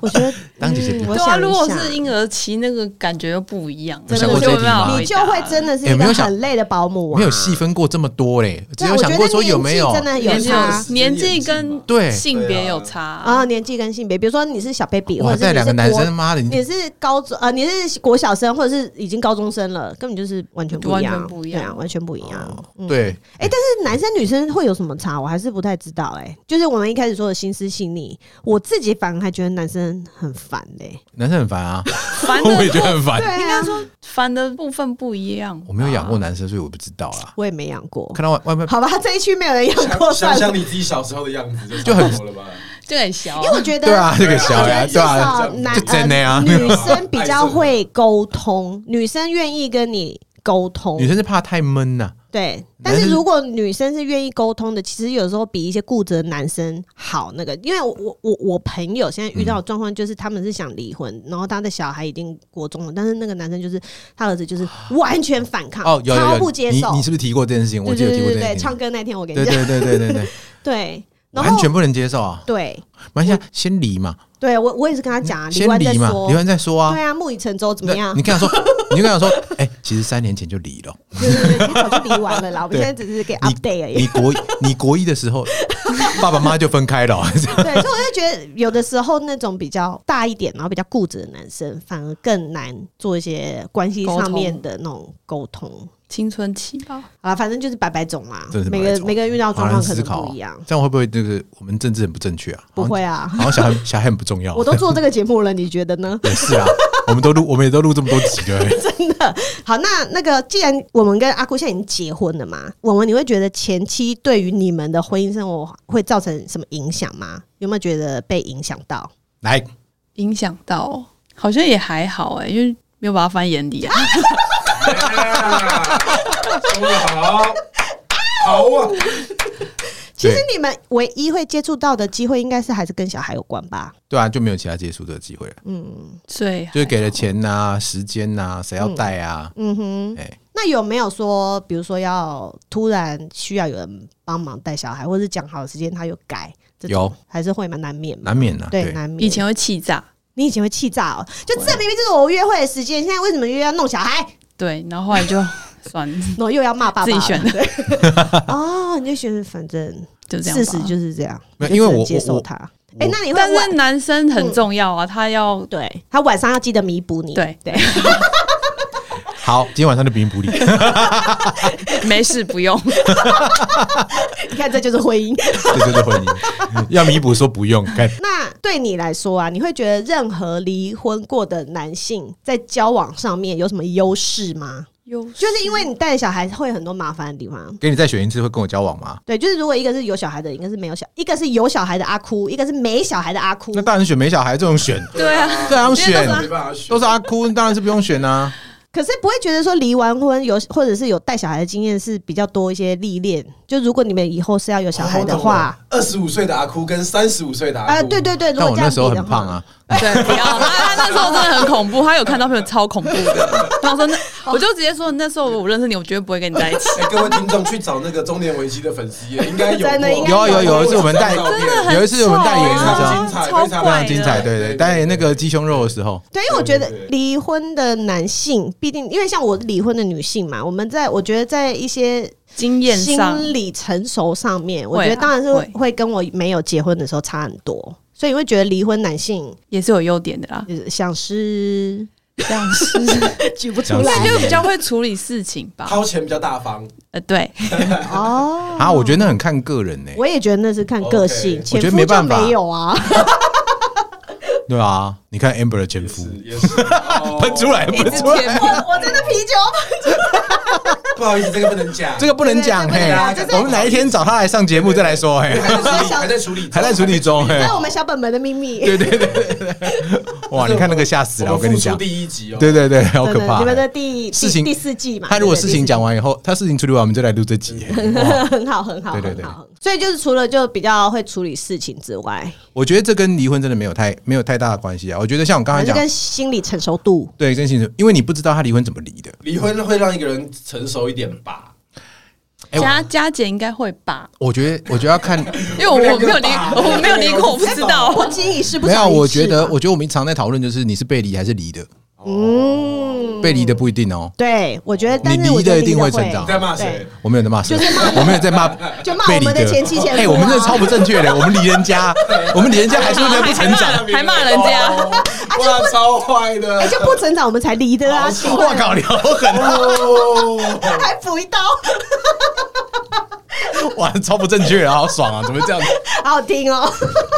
S3: 我觉得
S4: 当姐姐
S3: 嗯
S4: 比较
S3: 我
S5: 对啊，
S3: 想一
S5: 如果
S3: 下
S5: 是婴儿期，那个感觉又不一样了。
S4: 有想
S5: 所以
S4: 过这一
S5: 我没
S4: 题
S5: 办法
S4: 吗
S5: 回
S3: 你就
S5: 答
S3: 会真的是
S4: 哎
S3: 一个
S4: 没有想
S3: 很累的保姆啊，
S4: 没有细分过这么多嘞，只
S3: 对啊。
S4: 有
S3: 我
S4: 想
S3: 觉
S4: 过
S3: 得
S4: 说有没有
S3: 年纪真的有
S5: 年纪有
S3: 差。
S5: 年纪跟
S4: 对
S5: 性别有差
S3: 啊，年纪跟性别，比如说你是小 baby，或
S4: 哇？
S3: 者
S4: 带
S3: 是你
S4: 两个
S3: 是
S4: 男
S3: 国
S4: 生，妈的，
S3: 你
S4: 你
S3: 是高中呃，你是国小生，或者是已经高中生了，根本就是完全不一样，
S5: 完全不一样
S3: 对啊，完全不一样。嗯，
S4: 哦对
S3: 哎、但是男生女生会有什么差？我还是不太知道、哎，就是我们一开始说的心思细腻，我自己反而还觉得男生很烦嘞、
S4: 男生很烦啊，
S5: 烦
S4: 我也
S5: 的
S4: 觉得很
S3: 对
S4: 烦。
S3: 啊，应该说
S5: 烦的部分不一样。
S4: 我没有养过男生，所以我不知道啦。
S3: 我也没养过。
S4: 看到外外面
S3: 好吧，这一区没有人养过，
S2: 想想
S3: 算了
S2: 想。你自己小时候的样子
S4: 就
S2: 就
S4: 很
S2: 差不多了吧？
S5: 就很小
S3: 因，为我觉得，
S4: 对啊，这个
S2: 对啊
S4: 小呀，
S3: 至
S4: 对啊，
S3: 少男
S4: 就真的呀
S3: 呃女生比较会沟通，女生愿意跟你沟通
S4: 女。生是怕太闷呐。
S3: 对，但
S4: 男生
S3: 是如果女生是愿意沟通的，其实有时候比一些固执的男生好。那个，因为我我我我朋友现在遇到的状况就是，他们是想离婚，然后他的小孩已经国中了，但是那个男生就是他儿子就是完全反抗，
S4: 哦，有
S3: 超
S4: 有
S3: 不
S4: 有，
S3: 接
S4: 你
S3: 受。
S4: 你是不是提过这件事情？我
S3: 对
S4: 记得有
S3: 对
S4: 提
S3: 对
S4: 过这
S3: 对对，
S4: 件事
S3: 唱
S4: 情。
S3: 歌那天我跟你
S4: 对
S3: 讲，
S4: 对对对对对，
S3: 对， 然
S4: 完
S3: 后
S4: 全不能接受啊！
S3: 对
S4: 完现在先离嘛，
S3: 对，我我也是跟他讲啊，
S4: 嗯先
S3: 完再
S4: 离嘛，
S3: 说
S4: 离，完再说啊
S3: 对。啊，木已成舟怎么
S4: 对
S3: 样
S4: 你？跟他说，你就跟他说，哎，其实三年前就离了。
S3: 对对对，其实早就离完了啦，我们现在只是给
S4: 你
S3: update 而已
S4: 你。 国你国一的时候，爸爸妈妈就分开了。
S3: 对，所以我就觉得有的时候那种比较大一点，然后比较固执的男生，反而更难做一些关系上面的那种沟通。
S5: 青春期吧。
S3: 啊，反正就是百百种啦
S4: 真的，是
S3: 每
S4: 百百
S3: 个
S4: 种
S3: 每个人遇到的
S4: 好
S3: 状
S4: 难
S3: 况可
S4: 思
S3: 能
S4: 考
S3: 不一样，，
S4: 这样会不会这个我们政治很不正确啊？
S3: 不会啊。
S4: 好像，好像小孩小孩很不重要。
S3: 我都做这个节目了，你觉得呢？
S4: 也是啊，我们都录，我们也都录这么多集了。
S3: 真的好，那那个，既然我们跟阿姑现在已经结婚了嘛，我们你会觉得前妻对于你们的婚姻生活会造成什么影响吗？有没有觉得被影响到？
S4: 来，
S5: 影响到，好像也还好哎、因为没有把它放在眼里啊。
S2: 说的哎 好，好啊，
S3: 其实
S4: 对
S3: 你们唯一会接触到的机会，应该是还是跟小孩有关吧？
S4: 对啊，就没有其他接触的机会了，
S3: 嗯
S5: 对，
S4: 就是给了钱呐、时间呐、谁要带啊？
S3: 嗯哼，
S4: 哎
S3: 那有没有说，比如说要突然需要有人帮忙带小孩，或者是讲好的时间他有改，这种
S4: 有
S3: 还是会蛮难免嘛？
S4: 难免啊，
S3: 对，
S4: 对，
S3: 难免。
S5: 以前会气炸，
S3: 你以前会气炸哦，就这明明就是我约会的时间，现在为什么又要弄小孩，
S5: 对，然后后来就算了，
S3: 然后又要骂爸爸？
S5: 自己选的
S3: 对。哦，你就选，反正
S5: 就这样吧。
S3: 事实就是这样，
S4: 没有
S3: 你就
S4: 因为
S3: 只能
S4: 我
S3: 接
S4: 我
S3: 受
S4: 我
S3: 他。哎、那你会
S5: 但
S3: 晚
S5: 是男生很重要啊，他要
S3: 对他晚上要记得弥补你，
S5: 对
S3: 对。
S4: 好，今天晚上就不用补你。
S5: 没事不用，
S3: 你看，这就是婚姻。
S4: 这就是婚姻，要弥补说不用，看
S3: 那对你来说啊，你会觉 得任何离婚过的男性在交往上面有什么优势吗？
S5: 有
S3: 就是因为你带着小孩会有很多麻烦的地方。
S4: 给你再选一次，会跟我交往吗？
S3: 对，就是如果一个是有小孩的，一个是没有小，一个是有小孩的阿哭，一个是没小孩的阿哭
S4: 那。当然选没小孩这种选，
S5: 对啊，
S4: 这样
S5: 因为都是
S4: 选
S2: 没办法选，
S4: 都是阿哭，当然是不用选啊。
S3: 可是不会觉得说离完婚有，或者是有带小孩的经验是比较多一些历练。就如果你们以后是要有小孩的话，
S2: 哦二十五岁的阿哭跟三十五岁的阿哭，
S3: 啊、对对对，如果
S4: 但我
S3: 这样
S4: 那
S3: 比
S4: 时候
S3: 的
S4: 很
S3: 话
S4: 胖，啊，
S5: 对，不要他他那时候真的很恐怖，他有看照片超恐怖的。然后说那我就直接说那时候我认识你，我绝对不会跟你在一起。
S2: 哎，各位听众去找那个中年危机的粉丝 页，应该有过
S3: 真的应该
S4: 有啊有有一次我们带
S2: 真的很
S4: 有一次我们代言
S5: 丑
S4: 你知
S5: 啊
S4: 道
S2: 非常精彩
S5: 超
S2: 非常
S4: 非常
S5: 怪
S4: 精彩，
S5: 的。
S2: 对
S4: 对对，
S2: 对
S4: 代言那个鸡胸肉的时候，
S3: 对，因为我觉得
S2: 对对对
S3: 离婚的男性，必定因为像我离婚的女性嘛，我们在我觉得在一些
S5: 经验上
S3: 心理成熟上面，我
S5: 会啊
S3: 觉得当然是
S5: 会
S3: 会跟我没有结婚的时候差很多，所以你会觉得离婚男性
S5: 也是有优点的啦，
S3: 呃 像是
S5: 这样是
S3: 举不
S4: 像
S3: 出
S4: 是
S3: 来
S5: 就比较会处理事情吧。
S2: 掏钱比较大方，
S5: 呃，对，
S3: 哦。
S4: 啊，我觉得那很看个人呢，
S3: 我也觉得那是看个性，
S2: OK
S3: 前
S4: 我觉
S3: 夫
S4: 得没
S3: 就
S4: 办法
S3: 没有 啊，
S4: 对啊，你看 Amber 的前
S2: 也
S4: 夫
S2: 是也是，哦
S4: 喷出来
S3: 哎
S5: 一
S4: 喷
S5: 直
S4: 出来，
S5: 甜
S3: 我我真的啤酒
S2: 不好意思，这个不能讲，
S4: 这个不能讲
S3: 对对
S4: 嘿
S2: 不
S3: 对
S2: 能讲这，是
S4: 我们哪一天找他来上节目再来说嘿，
S2: 还在处理，还在处理，
S4: 还在处理中嘿
S3: 这，是我们小本本的秘密。
S4: 哎对对对对对，哇，你看那个吓死了，我
S2: 我
S4: 跟
S2: 们
S4: 你
S2: 复出
S4: 讲，
S2: 第一集哦，
S4: 对对对，好
S3: 真
S4: 可
S3: 的，
S4: 怕哎
S3: 你。们的第
S4: 事
S3: 第
S4: 情
S3: 第四季嘛？
S4: 他如果
S3: 对
S4: 事情讲，完以后，他事情处理完，我们就来录这集。哇
S3: 对第四季 很好，很好，
S4: 对对
S3: 很
S4: 对
S3: 好。所以就是除了就比较会处理事情之外，
S4: 我觉得这跟离婚真的没有太没有太大的关系啊。我觉得像我刚
S3: 还
S4: 才
S3: 是
S4: 讲，
S3: 跟心理成熟度。
S4: 对，真心的，因为你不知道他离婚怎么离的。
S2: 离婚会让一个人成熟一点吧。
S4: 哎
S5: 加加减应该会吧，
S4: 我觉得，我觉得 要看，
S5: 因为我我没有离，我没有离过，我不知
S2: 哦
S5: 道。
S3: 不经一事不
S4: 没有，啊
S3: 长一
S4: 我
S3: 智
S4: 觉得，
S3: 嘛
S4: 我觉得我们常在讨论就是你是被离还是离的，
S3: 嗯，
S4: 被离的不一定哦。
S3: 对，我觉得，但
S4: 你
S3: 是我
S4: 离
S3: 觉
S4: 的
S3: 得
S4: 一
S3: 离
S4: 定
S3: 得
S4: 会
S3: 会
S4: 成长
S2: 你在骂谁？
S4: 我没有在骂谁，我没有在骂
S3: 就骂
S4: 被
S3: 我
S4: 离
S3: 们的前妻前夫啊
S4: 哎，我们真的超不正确的，我们离 人家，我们离人家还说人家不成长。
S5: 还骂人家
S2: 哦， 哇，超坏的
S3: 哎，，就不成长，我们才离的啊！奇
S4: 我
S3: 怪，
S4: 靠，你好狠啊！
S2: 哦，
S3: 还补一 刀，
S4: 哇，超不正确啊，好爽 啊！怎么会这样子？
S3: 好好听哦。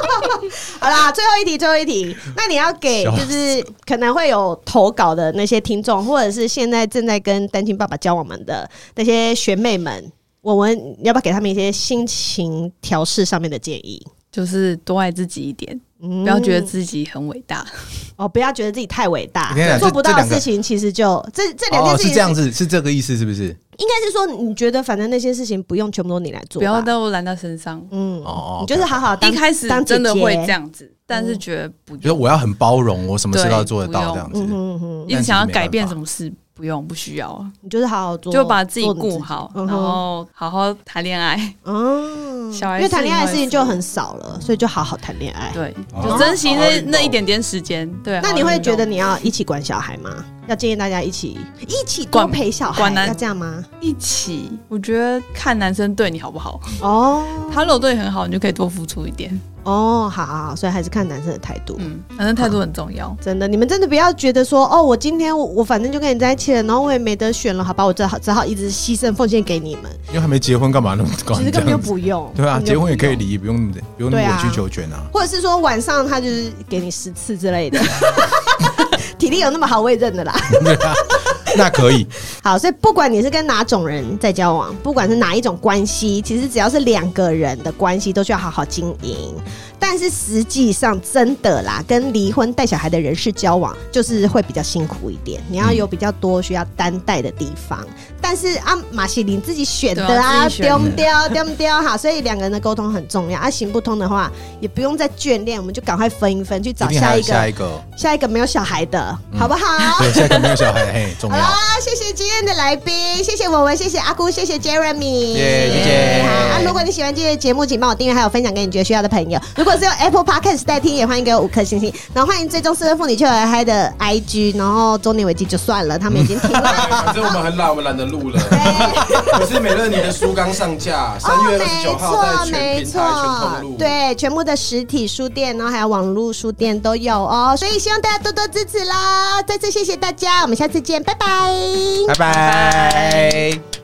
S3: 好啦，最后一题，最后一题。那你要给
S4: 笑
S3: 就
S4: 死
S3: 是可能会有投稿的那些听众，或者是现在正在跟单亲爸爸交往们的那些学妹们，我们要不要给他们一些心情调试上面的建议？
S5: 就是多爱自己一点，
S3: 嗯
S5: 不要觉得自己很伟大。
S3: 哦，不要觉得自己太伟大
S4: 我跟你讲，
S3: 做
S4: 这
S3: 不到的
S4: 这两个
S3: 事情，其实就这这两件
S4: 哦，
S3: 事
S4: 是
S3: 情
S4: 这样子，是这个意思，是不是？
S3: 应该是说，你觉得反正那些事情不用全部都你来做
S5: 不
S3: 吧，
S5: 要都揽到身上。
S3: 嗯，
S4: 哦
S3: 你就是好好当
S5: 一开始
S3: 当姐
S5: 真的
S3: 姐
S5: 会这，样子，但是觉得不
S4: 就是
S5: 用，
S4: 我要很包容，我什么事
S5: 对
S4: 都要做得
S5: 不
S4: 到
S5: 用
S4: 这样
S3: 嗯
S4: 子。
S3: 哼嗯哼，
S5: 一直想要改变
S4: 但是
S5: 什么事，不用不需要啊，
S3: 你就是好好做，
S5: 就把自己
S3: 做你
S5: 顾好，
S3: 嗯
S5: 然
S3: 哼，
S5: 后好好谈 恋爱。
S3: 嗯，
S5: 小孩
S3: 因为谈恋爱的
S5: 是
S3: 事情就很少了，所以就好好谈恋爱。
S5: 对，
S2: 哦
S5: 就珍惜
S2: 好好
S5: 那
S2: 运动
S5: 那一点点时间。对，
S3: 那
S5: 好好
S3: 你会
S5: 运
S3: 觉
S5: 动
S3: 得你要一起管小孩吗？要建议大家一起一起多
S5: 管
S3: 陪小孩
S5: 管，男
S3: 要这样吗？
S5: 一起？我觉得看男生对你好不好，
S3: 哦
S5: 他如果对你很好，你就可以多付出一点。
S3: 哦，好好好，所以还是看男生的态度。
S5: 嗯，男生态度很重要。
S3: 真的，你们真的不要觉得说哦，我今天我我反正就跟你在一起了，然后我也没得选了，好吧，我只好只好一直牺牲奉献给你们。
S4: 因为还没结婚，干嘛那么搞
S3: 其实
S4: 成这
S3: 根本就
S4: 样子？
S3: 不用，
S4: 对啊，
S3: 根本就
S4: 结婚也
S3: 不
S4: 可
S3: 用
S4: 以。离，不用不用那
S3: 对
S4: 么
S3: 啊
S4: 委曲求全啊。
S3: 或者是说晚上他就是给你十次之类的， 体力有那么好我也认的啦。
S4: 对啊，那可以。
S3: 好，所以不管你是跟哪种人在交往，不管是哪一种关系，其实只要是两个人的关系，都需要好好经营。但是实际上，真的啦，跟离婚带小孩的人士交往，就是会比较辛苦一点。你要有比较多需要担待的地方。但是啊，马西林自己选的
S5: 对啊
S3: 啊，
S5: 自己选
S3: 丢
S5: 的
S3: 不丢丢不丢哈，所以两个人的沟通很重要啊。行不通的话，也不用再眷恋，我们就赶快分一分，去找
S4: 一定还
S3: 下
S4: 有
S3: 一
S4: 下一
S3: 个
S4: 个，
S3: 下一个没有小孩的，好不好？
S4: 对，下一个没有小孩，嘿，重
S3: 好啊
S4: 要。
S3: 啦，谢谢今天的来宾，谢谢我们，谢谢阿姑，谢谢 Jeremy，
S4: 耶谢谢
S3: 好啊！如果你喜欢今天的节目，请帮我订阅，还有分享给你觉得需要的朋友。如果是用 Apple Podcast 代听，也欢迎给我五颗星星。然后欢迎追踪四位妇女去和嗨的 IG，然后中年危机就算了，他们已经停了。
S2: 反正我们很懒，我们懒得录 了。可是美乐你的书刚上架，三月二十九号在全
S3: 没
S2: 平
S3: 错
S2: 台全通
S3: 没错
S2: 路。，
S3: 对，全部的实体书店，然后还有网络书店都有哦，所以希望大家多多支持啦！再次谢谢大家，我们下次见，拜拜。
S4: 拜拜。